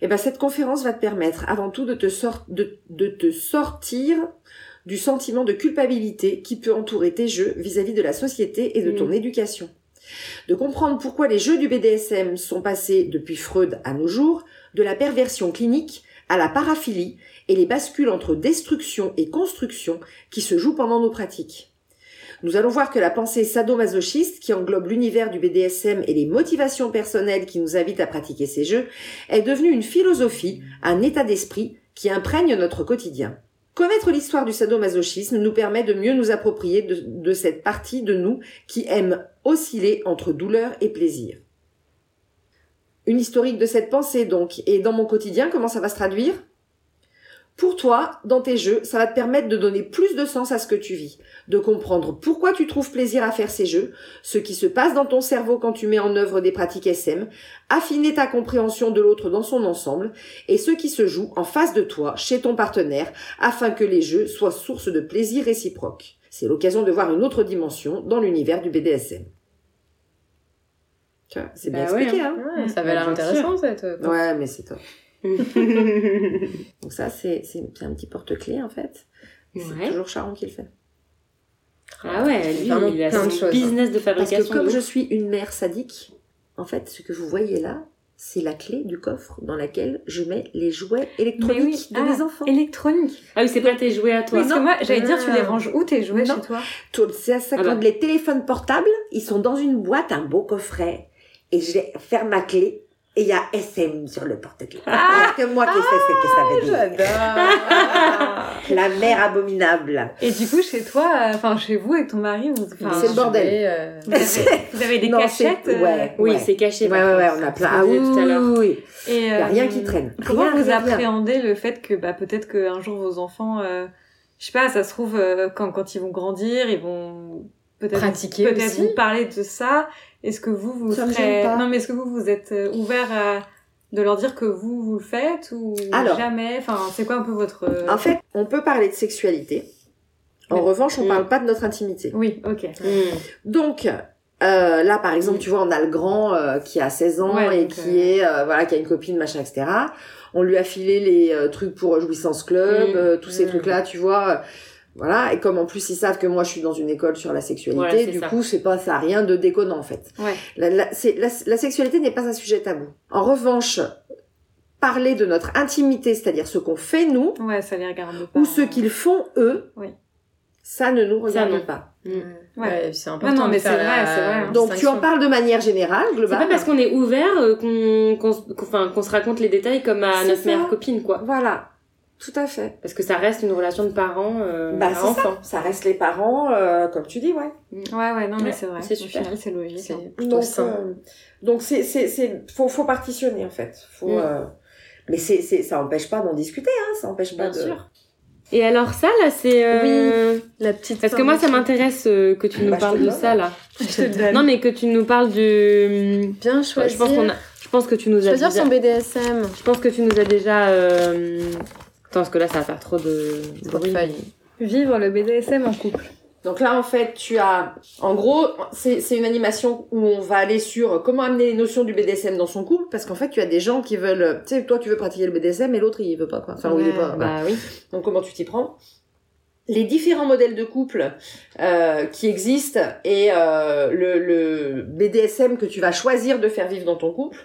Speaker 4: Eh ben, cette conférence va te permettre avant tout de te, sor- de, de te sortir du sentiment de culpabilité qui peut entourer tes jeux vis-à-vis de la société et de ton éducation. De comprendre pourquoi les jeux du BDSM sont passés depuis Freud à nos jours de la perversion clinique à la paraphilie et les bascules entre destruction et construction qui se jouent pendant nos pratiques. Nous allons voir que la pensée sadomasochiste, qui englobe l'univers du BDSM et les motivations personnelles qui nous invitent à pratiquer ces jeux, est devenue une philosophie, un état d'esprit qui imprègne notre quotidien. Connaître l'histoire du sadomasochisme nous permet de mieux nous approprier de, de cette partie de nous qui aime osciller entre douleur et plaisir. Une historique de cette pensée donc, et dans mon quotidien, comment ça va se traduire pour toi, dans tes jeux, ça va te permettre de donner plus de sens à ce que tu vis, de comprendre pourquoi tu trouves plaisir à faire ces jeux, ce qui se passe dans ton cerveau quand tu mets en œuvre des pratiques SM, affiner ta compréhension de l'autre dans son ensemble et ce qui se joue en face de toi, chez ton partenaire, afin que les jeux soient source de plaisir réciproque. C'est l'occasion de voir une autre dimension dans l'univers du BDSM. Tu vois, C'est bien
Speaker 5: Bah ouais,
Speaker 4: expliqué, hein.
Speaker 5: hein. Ouais, ça va l'air intéressant cette. euh,
Speaker 4: Ouais, mais
Speaker 2: *laughs*
Speaker 4: c'est top. Donc ça, c'est c'est- c'est un petit porte-clé en fait. Et C'est
Speaker 2: Ouais.
Speaker 4: toujours Charon qui le fait.
Speaker 2: Ah ouais, lui,
Speaker 5: Vraiment
Speaker 2: il a
Speaker 5: plein
Speaker 2: son
Speaker 5: de choses.
Speaker 2: business de
Speaker 4: Parce que
Speaker 2: fabrication.
Speaker 4: comme
Speaker 2: de
Speaker 4: je
Speaker 2: ouf.
Speaker 4: suis une mère sadique, en fait, ce que vous voyez là, c'est la clé du coffre dans laquelle je mets les jouets électroniques de
Speaker 8: ah,
Speaker 4: mes enfants.
Speaker 8: Électronique.
Speaker 2: Ah oui, c'est pas tes jouets à toi.
Speaker 8: Parce que moi, j'allais dire, tu les
Speaker 4: Ah.
Speaker 8: ranges où tes jouets
Speaker 4: Non.
Speaker 8: chez toi
Speaker 4: Tout- ça, ça,
Speaker 2: Ah bah.
Speaker 4: quand les téléphones portables, ils sont dans une boîte, un beau coffret, et je vais faire ma clé. Et il y a SM sur le porte-clés.
Speaker 2: Ah.
Speaker 4: Alors que moi, qu'est-ce que c'est que ça veut dire
Speaker 5: J'adore.
Speaker 4: La mère abominable.
Speaker 8: Et du coup, chez toi, euh, enfin, chez vous et ton mari, vous, enfin,
Speaker 4: C'est le bordel.
Speaker 8: vous, avez, vous avez des
Speaker 4: Non, c'est-
Speaker 8: cachettes. euh,
Speaker 4: ouais.
Speaker 2: Oui,
Speaker 4: ouais.
Speaker 2: c'est caché.
Speaker 4: Ouais,
Speaker 2: par
Speaker 4: ouais, ouais,
Speaker 2: contre.
Speaker 4: on a
Speaker 2: C'est
Speaker 4: plein.
Speaker 2: ce qu'on
Speaker 4: Ah oui,
Speaker 2: disait tout à l'heure.
Speaker 4: oui, oui.
Speaker 8: Et,
Speaker 4: Il n'y a
Speaker 8: euh,
Speaker 4: rien qui traîne.
Speaker 8: Comment
Speaker 4: Rien,
Speaker 8: vous
Speaker 4: rien, rien.
Speaker 8: appréhendez le fait que bah, peut-être qu'un jour vos enfants, euh, je sais pas, ça se trouve, euh, quand, quand ils vont grandir, ils vont euh, peut-être
Speaker 5: Pratiquer
Speaker 8: peut
Speaker 5: aussi.
Speaker 8: vous parler de ça. Est-ce que vous, vous
Speaker 4: Ça me
Speaker 8: serez...
Speaker 4: gêne pas.
Speaker 8: Non, mais est-ce que vous, vous êtes euh, ouvert à de leur dire que vous, vous le faites ou
Speaker 4: Alors. Ah.
Speaker 8: jamais Enfin, c'est quoi un peu votre... euh,
Speaker 4: En fait, on peut parler de sexualité. En
Speaker 8: Mais-
Speaker 4: revanche, on
Speaker 2: Mm.
Speaker 4: parle pas de notre intimité.
Speaker 8: Oui, ok.
Speaker 2: Mm.
Speaker 4: Donc, euh, là, par exemple, tu vois, on a le grand euh, qui a 16 ans
Speaker 8: Ouais,
Speaker 4: et
Speaker 8: donc,
Speaker 4: qui est, euh, voilà, qui a une copine, machin, etc. On lui a filé les euh, trucs pour Jouissance Club,
Speaker 2: Mm.
Speaker 4: euh, tous ces
Speaker 5: Mm.
Speaker 4: trucs-là, tu vois. euh, Voilà. Et comme en plus, ils savent que moi, je suis dans une école sur la sexualité,
Speaker 2: Voilà, c'est
Speaker 4: du
Speaker 2: ça.
Speaker 4: coup, c'est pas, ça a rien de déconnant, en fait.
Speaker 8: Ouais.
Speaker 4: La, la- c'est- la- la sexualité n'est pas un sujet tabou. En revanche, parler de notre intimité, c'est-à-dire ce qu'on fait, nous,
Speaker 8: Ouais, ça les regarde pas.
Speaker 4: ou ce qu'ils font eux,
Speaker 8: Ah. Oui.
Speaker 4: ça ne nous regarde
Speaker 2: non.
Speaker 4: pas.
Speaker 8: Ouais.
Speaker 5: Ouais, c'est important.
Speaker 8: Non, non, mais
Speaker 5: de faire
Speaker 8: c'est
Speaker 5: la
Speaker 8: vrai, c'est vrai.
Speaker 4: Donc tu en
Speaker 5: distinction.
Speaker 4: parles de manière générale,
Speaker 2: C'est
Speaker 4: globale.
Speaker 2: pas parce qu'on est ouvert euh, qu'on qu'on se- qu'on- enfin, qu'on se raconte les détails comme à
Speaker 4: C'est
Speaker 2: notre
Speaker 4: ça.
Speaker 2: meilleure copine, quoi.
Speaker 4: Voilà, tout à fait.
Speaker 2: Parce que ça reste une relation de parents euh,
Speaker 4: Bah,
Speaker 2: à
Speaker 4: c'est
Speaker 2: enfant.
Speaker 4: Ça reste les parents, euh, comme tu dis, ouais.
Speaker 8: Ouais, ouais, non,
Speaker 2: Ouais,
Speaker 8: mais c'est vrai.
Speaker 2: c'est
Speaker 8: Au
Speaker 2: super.
Speaker 8: final, c'est logique. hein.
Speaker 5: C'est plutôt
Speaker 4: Donc,
Speaker 5: sain.
Speaker 4: euh, donc c'est, c'est, c'est, faut, faut partitionner en fait. Faut,
Speaker 2: Mm.
Speaker 4: euh, mais c'est, c'est, ça empêche pas d'en discuter, hein. Ça empêche pas
Speaker 2: Bien
Speaker 4: de.
Speaker 2: sûr. Et alors ça là c'est oui, la petite parce que moi ça m'intéresse euh, que tu nous
Speaker 5: Bah, je te
Speaker 2: parles
Speaker 5: le
Speaker 2: de
Speaker 5: donne.
Speaker 2: ça là.
Speaker 5: Je te le donne.
Speaker 2: Non mais que tu nous parles du euh,
Speaker 5: bien
Speaker 2: Je pense qu'on a- je pense que tu nous as
Speaker 5: Choisir
Speaker 2: déjà-
Speaker 5: son BDSM.
Speaker 2: Je pense que tu nous as déjà euh... Attends parce que là ça va faire trop de bruit.
Speaker 8: Vivre le BDSM en couple.
Speaker 4: Donc là, en fait, tu as, en gros, c'est c'est une animation où on va aller sur comment amener les notions du BDSM dans son couple, parce qu'en fait, tu as des gens qui veulent, tu sais, toi, tu veux pratiquer le BDSM et l'autre, il veut pas, quoi. Enfin, ou il est
Speaker 2: Ouais,
Speaker 4: pas.
Speaker 2: bah oui.
Speaker 4: Donc comment tu t'y prends Les différents modèles de couple euh, qui existent et euh, le, le BDSM que tu vas choisir de faire vivre dans ton couple.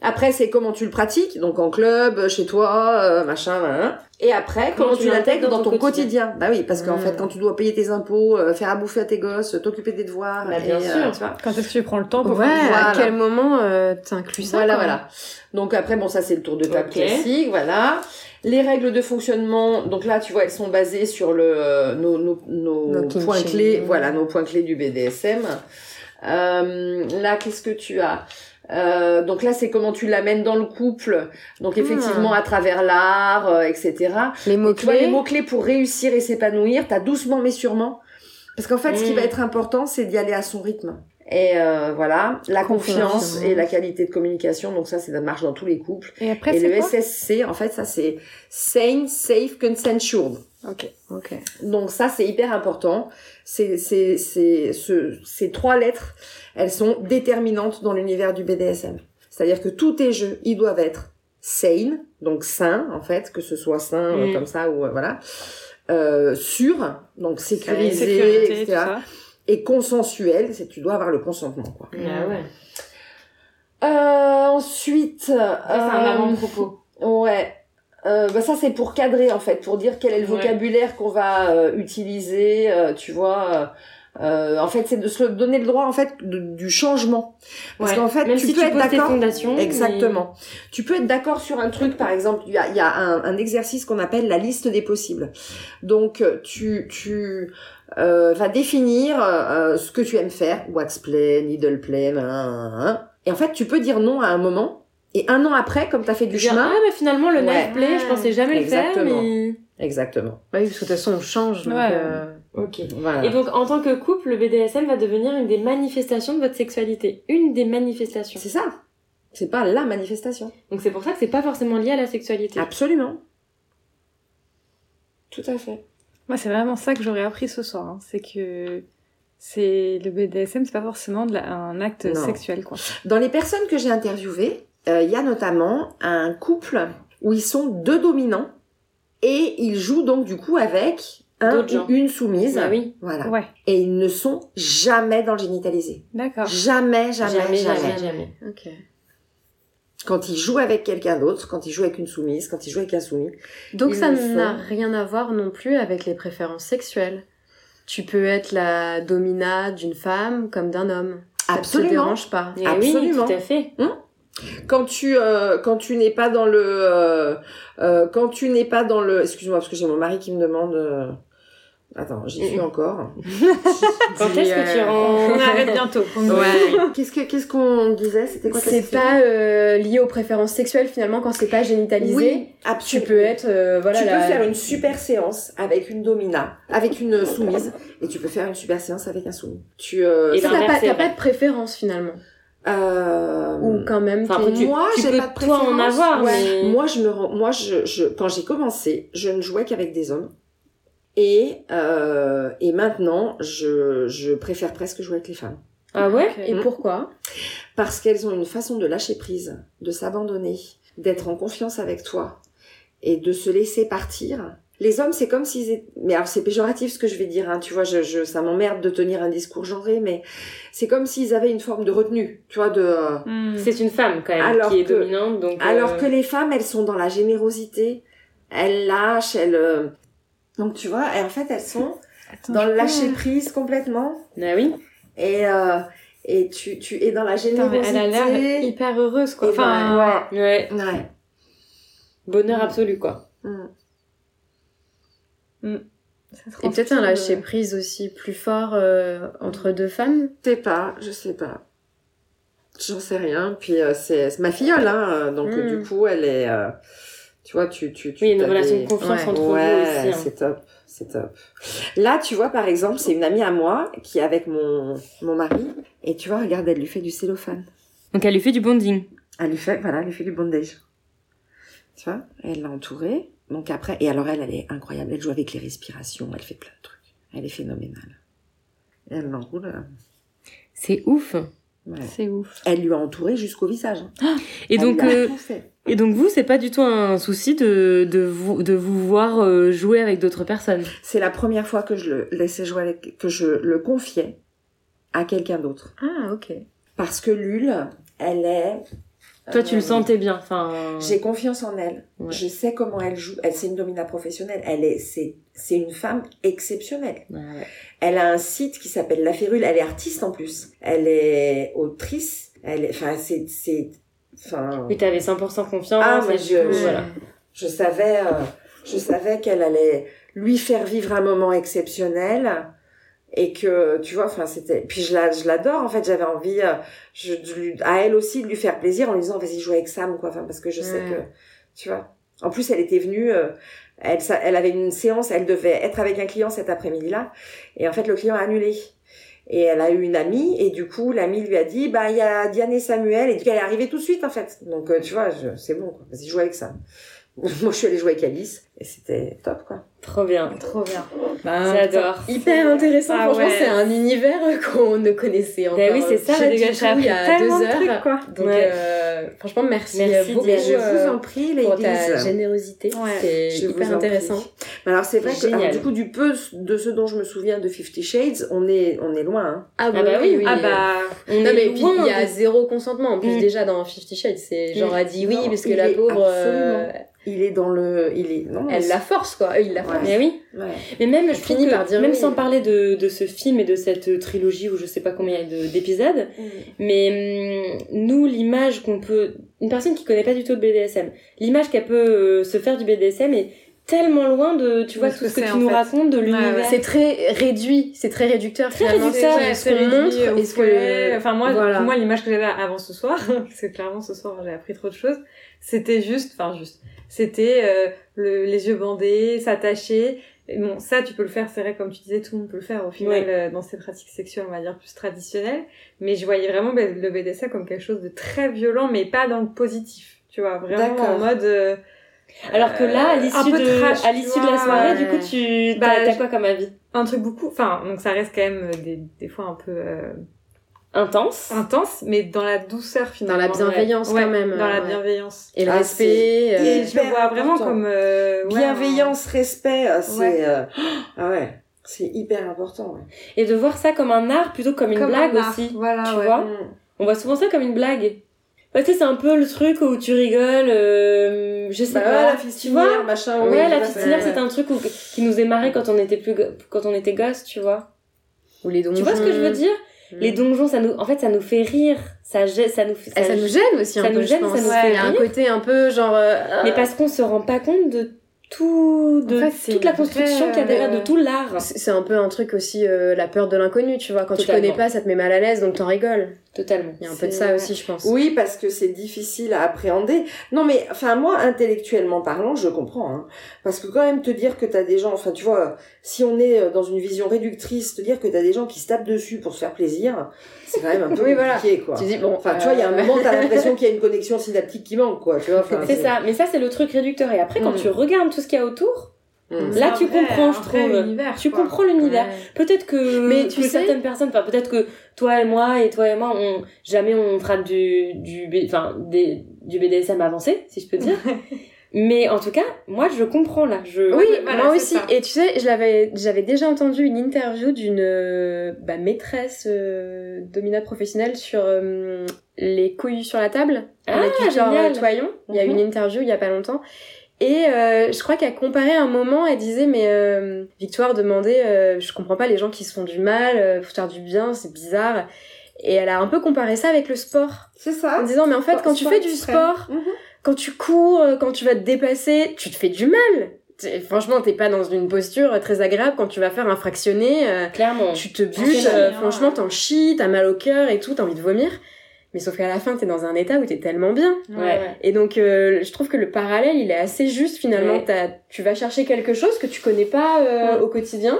Speaker 4: Après, c'est comment tu le pratiques, donc en club, chez toi, euh, machin, nan, nan. Et après, comment, tu l'intègres dans, ton quotidien. Bah oui, parce qu'en
Speaker 11: Mm.
Speaker 4: fait, quand tu dois payer tes impôts, euh, faire à bouffer à tes gosses, euh, t'occuper des devoirs,
Speaker 11: Bah, bien
Speaker 4: et,
Speaker 11: sûr.
Speaker 4: euh, tu vois.
Speaker 8: Quand est-ce que tu prends le temps
Speaker 5: Ouais,
Speaker 4: pour faire- Voilà.
Speaker 5: à quel moment euh, t'inclus ça
Speaker 4: Voilà,
Speaker 5: quoi.
Speaker 4: voilà. Donc après, bon, ça c'est le tour de table
Speaker 5: Ok.
Speaker 4: classique, voilà. Les règles de fonctionnement, donc là, tu vois, elles sont basées sur le, euh, nos, nos, nos
Speaker 5: Nos kinks
Speaker 4: points clés,
Speaker 5: shaming.
Speaker 4: voilà, nos points clés du BDSM. Euh, là, qu'est-ce que tu as Euh, donc là, c'est comment tu l'amènes dans le couple. Donc
Speaker 5: Ah.
Speaker 4: effectivement, à travers l'art, euh, etc.
Speaker 5: Les mots
Speaker 4: Tu vois, les
Speaker 5: clés.
Speaker 4: mots-clés pour réussir et s'épanouir, t'as doucement mais sûrement. Parce qu'en fait, ce qui
Speaker 5: Mm.
Speaker 4: va être important, c'est d'y aller à son rythme. Et euh, voilà, la confiance
Speaker 5: Confiance.
Speaker 4: et la qualité de communication, donc ça, c'est ça marche dans tous les couples.
Speaker 8: Et après,
Speaker 4: et
Speaker 8: c'est
Speaker 4: le
Speaker 8: quoi
Speaker 4: SSC, en fait, ça, c'est Sane, Safe, Consensual.
Speaker 8: Ok.
Speaker 5: Ok.
Speaker 4: Donc ça, c'est hyper important. C'est, c'est, c'est, ce- ces trois lettres, elles sont déterminantes dans l'univers du BDSM. C'est-à-dire que tous tes jeux, ils doivent être sane, donc sain en fait, que ce soit sain euh,
Speaker 11: Mm.
Speaker 4: comme ça ou euh, voilà, euh, sûr, donc sécurisé,
Speaker 11: sécurité,
Speaker 4: etc.
Speaker 11: tout ça.
Speaker 4: Et consensuel, c'est tu dois avoir le consentement quoi.
Speaker 11: Ah ouais.
Speaker 4: Euh, ensuite,
Speaker 11: c'est un
Speaker 4: euh,
Speaker 11: avant-propos.
Speaker 4: Ouais. Euh, bah ça c'est pour cadrer en fait, pour dire quel est le
Speaker 11: Ouais.
Speaker 4: vocabulaire qu'on va euh, utiliser, euh, tu vois. euh, euh, en fait, c'est de se donner le droit en fait de- du changement. Parce
Speaker 2: Ouais.
Speaker 4: qu'en fait,
Speaker 2: Même
Speaker 4: tu
Speaker 2: si
Speaker 4: peux
Speaker 2: tu
Speaker 4: être
Speaker 2: poses tes
Speaker 4: d'accord.
Speaker 2: fondations, mais-
Speaker 4: Exactement. Tu peux être d'accord sur un truc, par exemple, il y a, il y a un, un exercice qu'on appelle la liste des possibles. Donc euh, tu tu euh, vas définir euh, euh, ce que tu aimes faire, waxplay, needleplay, nan, nan, nan. et en fait tu peux dire non à un moment. Et un an après, comme t'as fait du
Speaker 2: Dire, ah,
Speaker 4: chemin,
Speaker 2: bah, finalement, le
Speaker 4: Ouais.
Speaker 2: knife play, je pensais jamais le faire,
Speaker 4: Exactement.
Speaker 2: mais-
Speaker 4: Exactement.
Speaker 5: Oui, parce que de toute façon, on change. donc,
Speaker 2: Ouais.
Speaker 5: euh,
Speaker 2: Ok.
Speaker 4: Voilà.
Speaker 2: Et donc, en tant que couple, le BDSM va devenir une des manifestations de votre sexualité. Une des manifestations.
Speaker 4: C'est ça. C'est pas la manifestation.
Speaker 2: Donc, c'est pour ça que c'est pas forcément lié à la sexualité.
Speaker 4: Absolument. Tout à fait.
Speaker 8: Moi, c'est vraiment ça que j'aurais appris ce soir. hein. C'est que c'est le BDSM, c'est pas forcément de la- un acte
Speaker 4: Non.
Speaker 8: sexuel, quoi.
Speaker 4: Dans les personnes que j'ai interviewées, euh, il y a notamment un couple où ils sont deux dominants et ils jouent donc du coup avec un
Speaker 2: D'autres gens.
Speaker 4: ou une soumise.
Speaker 2: Ah oui.
Speaker 4: Voilà.
Speaker 8: Ouais.
Speaker 4: Et ils ne sont jamais dans le génitalisé.
Speaker 8: D'accord.
Speaker 4: Jamais, jamais, jamais.
Speaker 2: Jamais, jamais, jamais.
Speaker 5: Ok.
Speaker 4: Quand ils jouent avec quelqu'un d'autre, quand ils jouent avec une soumise, quand ils jouent avec un soumis.
Speaker 5: Donc
Speaker 4: ils
Speaker 5: ça
Speaker 4: ne sont-
Speaker 5: n'a rien à voir non plus avec les préférences sexuelles. Tu peux être la domina d'une femme comme d'un homme.
Speaker 4: Absolument.
Speaker 5: Ça te dérange pas.
Speaker 2: Eh
Speaker 4: Absolument.
Speaker 2: oui, tout à fait.
Speaker 4: quand tu euh, quand tu n'es pas dans le euh, euh, quand tu n'es pas dans le excuse-moi parce que j'ai mon mari qui me demande euh, attends
Speaker 2: Mm,
Speaker 4: j'y suis encore
Speaker 2: Quand
Speaker 5: Dis,
Speaker 2: est-ce que tu
Speaker 5: euh,
Speaker 2: *laughs* rends...
Speaker 8: bientôt.
Speaker 5: Ouais.
Speaker 4: *laughs* qu'est-ce que qu'est-ce qu'on disait c'était quoi ta
Speaker 5: C'est
Speaker 4: question
Speaker 5: pas euh, lié aux préférences sexuelles finalement quand c'est pas génitalisé.
Speaker 4: oui
Speaker 5: Tu
Speaker 4: absolument
Speaker 5: peux être euh, voilà
Speaker 4: tu
Speaker 5: la-
Speaker 4: peux faire une super séance avec une domina avec une soumise et tu peux faire une super séance avec un soumis tu euh,
Speaker 2: Et
Speaker 5: Ça,
Speaker 2: ben,
Speaker 5: t'as pas,
Speaker 2: l'inverse,
Speaker 5: t'as
Speaker 2: c'est
Speaker 5: pas
Speaker 2: vrai.
Speaker 5: de préférence finalement.
Speaker 4: euh,
Speaker 5: Ou quand même.
Speaker 2: Hmm. Enfin,
Speaker 5: t'es-
Speaker 2: après, tu-
Speaker 4: moi,
Speaker 2: tu
Speaker 4: j'ai
Speaker 2: peux
Speaker 4: pas de
Speaker 2: toi en
Speaker 4: préférence.
Speaker 2: avoir,
Speaker 4: Ouais.
Speaker 2: mais-
Speaker 4: Moi, je me, rends- moi, je, je- quand j'ai commencé, je ne jouais qu'avec des hommes. Et, euh, et maintenant, je, je préfère presque jouer avec les femmes.
Speaker 2: Ah ouais
Speaker 5: Et pourquoi
Speaker 4: Parce qu'elles ont une façon de lâcher prise, de s'abandonner, d'être en confiance avec toi et de se laisser partir. Les hommes, c'est comme s'ils étaient... Mais alors, c'est péjoratif ce que je vais dire, hein. tu vois, je, je, ça m'emmerde de tenir un discours genré, mais c'est comme s'ils avaient une forme de retenue, tu vois, de... euh,
Speaker 8: hmm.
Speaker 2: C'est une femme, quand même,
Speaker 4: Alors
Speaker 2: qui est
Speaker 4: que-
Speaker 2: dominante, donc...
Speaker 4: Alors
Speaker 2: euh,
Speaker 4: que les femmes, elles sont dans la générosité, elles lâchent, elles. euh, Donc tu vois, elles- en fait, elles
Speaker 8: *laughs*
Speaker 4: sont dans le lâcher prise complètement.
Speaker 2: Bah oui.
Speaker 4: Et, euh, et tu, tu es dans la
Speaker 8: Putain, mais
Speaker 4: générosité.
Speaker 8: elle a l'air hyper heureuse, quoi.
Speaker 4: Et dans
Speaker 8: Enfin,
Speaker 4: la-
Speaker 2: Ouais.
Speaker 4: bah, ouais. ouais.
Speaker 2: Bonheur absolu, quoi.
Speaker 4: Mm.
Speaker 8: ça se
Speaker 5: Et peut-être un
Speaker 8: transforme,
Speaker 5: lâcher prise aussi plus fort euh, entre deux femmes.
Speaker 4: Je sais pas, je sais pas. J'en sais rien. Puis euh, c'est c'est ma filleule, hein. euh, Donc
Speaker 5: Mm.
Speaker 4: du coup, elle est. euh, Tu vois, tu, tu, tu
Speaker 2: Hmm. Oui, il y a une
Speaker 4: t'as
Speaker 2: relation de confiance entre vous aussi, hein.
Speaker 4: C'est top, c'est top. Là, tu vois, par exemple, c'est une amie à moi qui est avec mon, mon mari. Et tu vois, regarde, elle lui fait du cellophane.
Speaker 2: Donc elle lui fait du bonding.
Speaker 4: Elle lui fait, voilà, elle lui fait du bondage. Tu vois, elle l'a entourée. Donc après, et alors elle, elle est incroyable. Elle joue avec les respirations, elle fait plein de trucs. Elle est phénoménale. Et elle l'enroule. euh,
Speaker 2: C'est ouf.
Speaker 4: ouais.
Speaker 7: C'est ouf.
Speaker 4: Elle lui a entouré jusqu'au visage. hein.
Speaker 2: Et
Speaker 4: Elle
Speaker 2: donc,
Speaker 4: lui a
Speaker 2: euh,
Speaker 4: tout fait.
Speaker 2: et donc vous, c'est pas du tout un souci de, de, vous, de vous voir euh, jouer avec d'autres personnes.
Speaker 4: C'est la première fois que je le laissais jouer avec, que je le confiais à quelqu'un d'autre.
Speaker 5: Ah, ok.
Speaker 4: Parce que Lul, elle est.
Speaker 2: Toi, tu le
Speaker 4: euh,
Speaker 2: sentais bien. Enfin,
Speaker 4: J'ai confiance en elle.
Speaker 2: Ouais.
Speaker 4: Je sais comment elle joue. Elle, c'est une domina professionnelle. Elle est, c'est, c'est une femme exceptionnelle.
Speaker 2: Ouais, ouais.
Speaker 4: Elle a un site qui s'appelle La Férule. Elle est artiste en plus. Elle est autrice. Elle est, enfin, c'est, c'est, enfin.
Speaker 2: Oui, t'avais 100% confiance.
Speaker 4: Ah, mais
Speaker 2: et
Speaker 4: je-
Speaker 2: tout,
Speaker 4: je-
Speaker 2: voilà.
Speaker 4: Je savais, euh, je savais qu'elle allait lui faire vivre un moment exceptionnel et que tu vois, enfin c'était. Puis je la, je l'adore en fait. J'avais envie, euh, je, de lui- à elle aussi de lui faire plaisir en lui disant vas-y joue avec Sam quoi, enfin parce que je sais
Speaker 5: Ouais.
Speaker 4: que tu vois. En plus elle était venue, euh, elle, sa- elle avait une séance, elle devait être avec un client cet après-midi là et en fait le client a annulé. Et elle a eu une amie, et du coup, l'amie lui a dit, bah, il y a Diane et Samuel, et du coup, elle est arrivée tout de suite, en fait. Donc, euh, tu vois, je- c'est bon, quoi. Vas-y, joue avec Sam. *laughs* Moi, je suis allée jouer avec Alice et c'était top, quoi.
Speaker 2: Trop bien.
Speaker 8: Trop bien.
Speaker 2: J'adore.
Speaker 5: Ben, Hyper intéressant,
Speaker 8: Ah
Speaker 5: franchement,
Speaker 8: ouais.
Speaker 5: c'est un univers *laughs* qu'on ne connaissait encore.
Speaker 2: Ben
Speaker 5: euh,
Speaker 2: oui, c'est ça,
Speaker 5: pas
Speaker 2: j'ai
Speaker 5: du
Speaker 2: dégagé
Speaker 5: tout il y a deux
Speaker 8: tellement de
Speaker 5: heures.
Speaker 8: trucs, quoi.
Speaker 5: Donc,
Speaker 2: Ouais.
Speaker 5: euh, franchement, merci, Ah
Speaker 2: Merci,
Speaker 5: beaucoup
Speaker 2: Diane.
Speaker 4: Je
Speaker 5: euh,
Speaker 4: vous en prie, les
Speaker 5: pour ta
Speaker 4: ladies.
Speaker 5: générosité.
Speaker 8: Ouais.
Speaker 5: euh, C'est
Speaker 4: Je vous en
Speaker 5: hyper
Speaker 4: prie.
Speaker 5: intéressant.
Speaker 4: Mais alors, c'est vrai que, alors,
Speaker 2: Génial.
Speaker 4: du coup, du peu de ce dont je me souviens de Fifty Shades, on est, on est loin, hein.
Speaker 5: Ah,
Speaker 2: bah oui, oui.
Speaker 8: Ah bah,
Speaker 2: On
Speaker 5: Non,
Speaker 2: est
Speaker 5: mais puis,
Speaker 2: loin
Speaker 5: il y a
Speaker 2: de-
Speaker 5: zéro consentement. En plus,
Speaker 2: Mm.
Speaker 5: déjà, dans Fifty Shades, c'est genre,
Speaker 2: Mm.
Speaker 5: elle dit oui,
Speaker 4: Non,
Speaker 5: parce que
Speaker 4: il
Speaker 5: la
Speaker 4: est
Speaker 5: pauvre, euh,
Speaker 4: absolument- Il est dans le, il est, non.
Speaker 5: elle
Speaker 4: c'est-
Speaker 5: la force, quoi. Eux, ils la
Speaker 4: Ouais.
Speaker 5: forcent.
Speaker 2: Mais oui.
Speaker 4: ouais.
Speaker 2: Mais même, je
Speaker 5: Fini
Speaker 2: finis
Speaker 5: par dire
Speaker 2: même
Speaker 5: oui.
Speaker 2: sans parler de, de ce film et de cette euh, trilogie où je sais pas combien il y a de- d'épisodes,
Speaker 8: Mm.
Speaker 2: mais hum, nous, l'image qu'on peut. Une personne qui connaît pas du tout le BDSM, l'image qu'elle peut euh, se faire du BDSM est tellement loin de tu vois,
Speaker 8: De ce
Speaker 2: tout ce
Speaker 8: que
Speaker 2: que,
Speaker 8: c'est,
Speaker 2: tu
Speaker 8: en
Speaker 2: nous
Speaker 8: fait.
Speaker 2: racontes, de
Speaker 4: Ah
Speaker 2: l'univers.
Speaker 5: C'est très réduit, c'est très réducteur finalement.
Speaker 2: réducteur,
Speaker 5: C'est-
Speaker 2: ouais,
Speaker 5: ce qu'on montre et ce que.
Speaker 8: Enfin, moi,
Speaker 5: voilà.
Speaker 8: moi l'image que j'avais avant ce soir, *laughs* parce que clairement ce soir j'ai appris trop de choses, c'était juste, enfin juste, c'était euh, le- les yeux bandés, s'attacher. Et Bon, ça tu peux le faire, c'est vrai, comme tu disais, tout le monde peut le faire au final
Speaker 2: Oui.
Speaker 8: euh, dans ses pratiques sexuelles, on va dire plus traditionnelles. Mais je voyais vraiment ben, le BDSM comme quelque chose de très violent, mais pas dans le positif. Tu vois, vraiment en
Speaker 4: D'accord.
Speaker 8: mode. euh,
Speaker 2: Alors que là, à
Speaker 8: euh, un
Speaker 2: l'issue
Speaker 8: peu
Speaker 2: de,
Speaker 8: trash,
Speaker 2: à
Speaker 8: tu
Speaker 2: l'issue de
Speaker 8: vois,
Speaker 2: la soirée,
Speaker 8: euh,
Speaker 2: du coup, tu
Speaker 8: Bah,
Speaker 2: t'as t'as
Speaker 8: je-
Speaker 2: quoi comme avis
Speaker 8: un truc beaucoup. Enfin, donc ça reste quand même euh, des, des fois un peu. euh,
Speaker 2: Intense.
Speaker 8: intense, mais dans la douceur finalement.
Speaker 5: Dans la bienveillance,
Speaker 8: Ouais,
Speaker 5: quand même,
Speaker 8: Dans la
Speaker 5: ouais.
Speaker 8: bienveillance.
Speaker 5: Et le
Speaker 4: Ah,
Speaker 5: respect.
Speaker 4: c'est-
Speaker 5: euh,
Speaker 8: Et je le vois vraiment
Speaker 4: important.
Speaker 8: comme. euh, ouais,
Speaker 4: Bienveillance, respect, euh, c'est,
Speaker 8: Ouais.
Speaker 4: euh, ah ouais. C'est hyper important, ouais.
Speaker 2: Et de voir ça comme un art plutôt que comme
Speaker 8: un-
Speaker 2: une
Speaker 8: comme
Speaker 2: blague
Speaker 8: un art,
Speaker 2: aussi.
Speaker 8: Voilà,
Speaker 2: tu
Speaker 8: ouais.
Speaker 5: Oh.
Speaker 2: vois
Speaker 4: Mmh.
Speaker 2: On voit souvent ça comme une blague. Bah, tu sais, c'est un peu le truc où tu rigoles, euh, je sais
Speaker 4: Bah,
Speaker 2: pas.
Speaker 4: ouais, la
Speaker 2: tu vois
Speaker 4: fistinière, machin.
Speaker 5: Ah
Speaker 2: Ouais,
Speaker 4: oui,
Speaker 2: la
Speaker 4: tout à fait,
Speaker 2: fistinière,
Speaker 4: ouais.
Speaker 2: c'est un truc où- qui nous est marré quand on était plus go- quand on était gosse, tu vois.
Speaker 5: Ou les donjons.
Speaker 2: Tu vois ce que je veux dire Les donjons, ça nous en fait ça nous fait rire, ça gê- ça nous fait-
Speaker 5: Ah, ça nous gêne aussi un
Speaker 2: ça
Speaker 5: peu,
Speaker 2: nous
Speaker 5: je
Speaker 2: gêne, ça
Speaker 5: pense.
Speaker 2: nous
Speaker 5: Ouais,
Speaker 2: fait
Speaker 5: Il y a un
Speaker 2: rire.
Speaker 5: côté un peu genre. euh,
Speaker 2: Mais parce qu'on se rend pas compte de tout de
Speaker 8: En fait, c'est
Speaker 2: toute la
Speaker 8: une
Speaker 2: construction
Speaker 8: vraie,
Speaker 2: qu'il y a derrière
Speaker 8: euh,
Speaker 2: de tout l'art.
Speaker 5: C'est c'est un peu un truc aussi, euh, la peur de l'inconnu, tu vois. Quand
Speaker 2: Totalement.
Speaker 5: tu connais pas, ça te met mal à l'aise, donc t'en rigoles.
Speaker 2: Totalement.
Speaker 5: Il y a un peu de
Speaker 4: C'est-
Speaker 5: ça aussi, je pense.
Speaker 4: Oui, parce que c'est difficile à appréhender. Non, mais enfin moi, intellectuellement parlant, je comprends. hein. Parce que quand même te dire que t'as des gens, enfin tu vois, si on est euh, dans une vision réductrice, te dire que t'as des gens qui se tapent dessus pour se faire plaisir, c'est quand
Speaker 5: *laughs*
Speaker 4: même un peu
Speaker 5: Oui, voilà.
Speaker 4: compliqué, quoi.
Speaker 5: Tu dis, bon.
Speaker 4: Enfin, tu vois, il y a un
Speaker 5: euh,
Speaker 4: moment,
Speaker 5: *laughs*
Speaker 4: t'as l'impression qu'il y a une connexion synaptique qui manque, quoi. Tu vois, enfin,
Speaker 2: C'est ça, mais ça c'est le truc réducteur et après quand
Speaker 4: Mm.
Speaker 2: tu regardes tout ce qu'il y a autour,
Speaker 4: Mm.
Speaker 2: là tu
Speaker 8: un vrai-
Speaker 2: comprends, je
Speaker 8: un vrai
Speaker 2: trouve.
Speaker 8: univers,
Speaker 2: Tu
Speaker 8: quoi.
Speaker 2: comprends l'univers. Peut-être que,
Speaker 5: Mais tu
Speaker 2: que
Speaker 5: sais-
Speaker 2: certaines personnes, enfin peut-être que toi et moi et toi et moi, on, jamais on fera du du B- enfin des- du BDSM avancé, si je peux dire. Mais en tout cas, moi je comprends là. Je
Speaker 5: Oui,
Speaker 8: Voilà,
Speaker 5: moi
Speaker 8: c'est
Speaker 5: aussi.
Speaker 8: ça.
Speaker 5: Et tu sais, je l'avais, j'avais déjà entendu une interview d'une euh, bah, maîtresse euh, dominante professionnelle sur euh, les couilles sur la table
Speaker 2: Ah,
Speaker 5: avec Victor euh,
Speaker 2: génial.
Speaker 5: Toyon. Il y a eu
Speaker 2: Mhm.
Speaker 5: une interview il y a pas longtemps. Et euh, je crois qu'elle comparait un moment, elle disait mais euh, Victoire demandait euh, je comprends pas les gens qui se font du mal, euh, faut faire du bien, c'est bizarre. Et elle a un peu comparé ça avec le sport
Speaker 4: C'est ça.
Speaker 5: en disant mais en fait quand tu fais du
Speaker 4: extrême.
Speaker 5: sport,
Speaker 4: Mhm.
Speaker 5: quand tu cours, euh, quand tu vas te dépasser, tu te fais du mal. T'es- Franchement, t'es pas dans une posture euh, très agréable quand tu vas faire un fractionné. euh,
Speaker 2: clairement.
Speaker 5: tu te
Speaker 2: T'en
Speaker 5: butes,
Speaker 2: chies,
Speaker 5: euh,
Speaker 8: hein.
Speaker 5: franchement, t'en chies, t'as mal au cœur et tout, t'as envie de vomir. Mais sauf qu'à la fin, t'es dans un état où t'es tellement bien.
Speaker 2: Ouais, ouais.
Speaker 5: Et donc, euh, je trouve que le parallèle, il est assez juste finalement.
Speaker 2: Ouais.
Speaker 5: T'as- Tu vas chercher quelque chose que tu connais pas euh, au quotidien.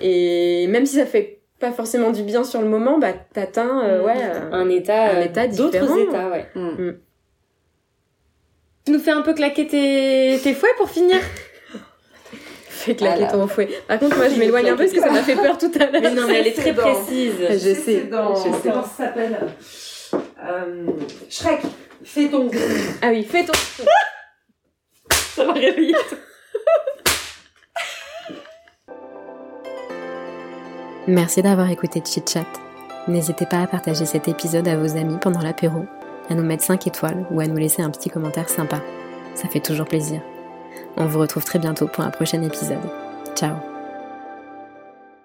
Speaker 5: Et même si ça fait pas forcément du bien sur le moment, bah t'atteins euh, ouais, euh,
Speaker 2: Un état,
Speaker 5: un
Speaker 2: euh,
Speaker 5: état différent. Mm.
Speaker 2: d'autres états, ouais. Mm. Tu nous fais un peu claquer tes, tes fouets pour finir
Speaker 5: Fais claquer
Speaker 10: Voilà.
Speaker 5: ton fouet. Par contre, moi, je m'éloigne un peu parce que ça m'a fait peur tout à l'heure.
Speaker 2: Mais non, mais elle est très
Speaker 11: C'est bon.
Speaker 2: précise.
Speaker 4: *laughs*
Speaker 5: Je
Speaker 11: C'est
Speaker 5: sais,
Speaker 11: dans,
Speaker 5: je sais.
Speaker 11: Comment ça s'appelle Euh, Shrek, fais ton gris.
Speaker 5: Ah oui, fais ton.
Speaker 2: Ça m'a réveillée.
Speaker 12: Merci d'avoir écouté Chit Chat. N'hésitez pas à partager cet épisode à vos amis pendant l'apéro, à nous mettre 5 étoiles ou à nous laisser un petit commentaire sympa. Ça fait toujours plaisir. On vous retrouve très bientôt pour un prochain épisode. Ciao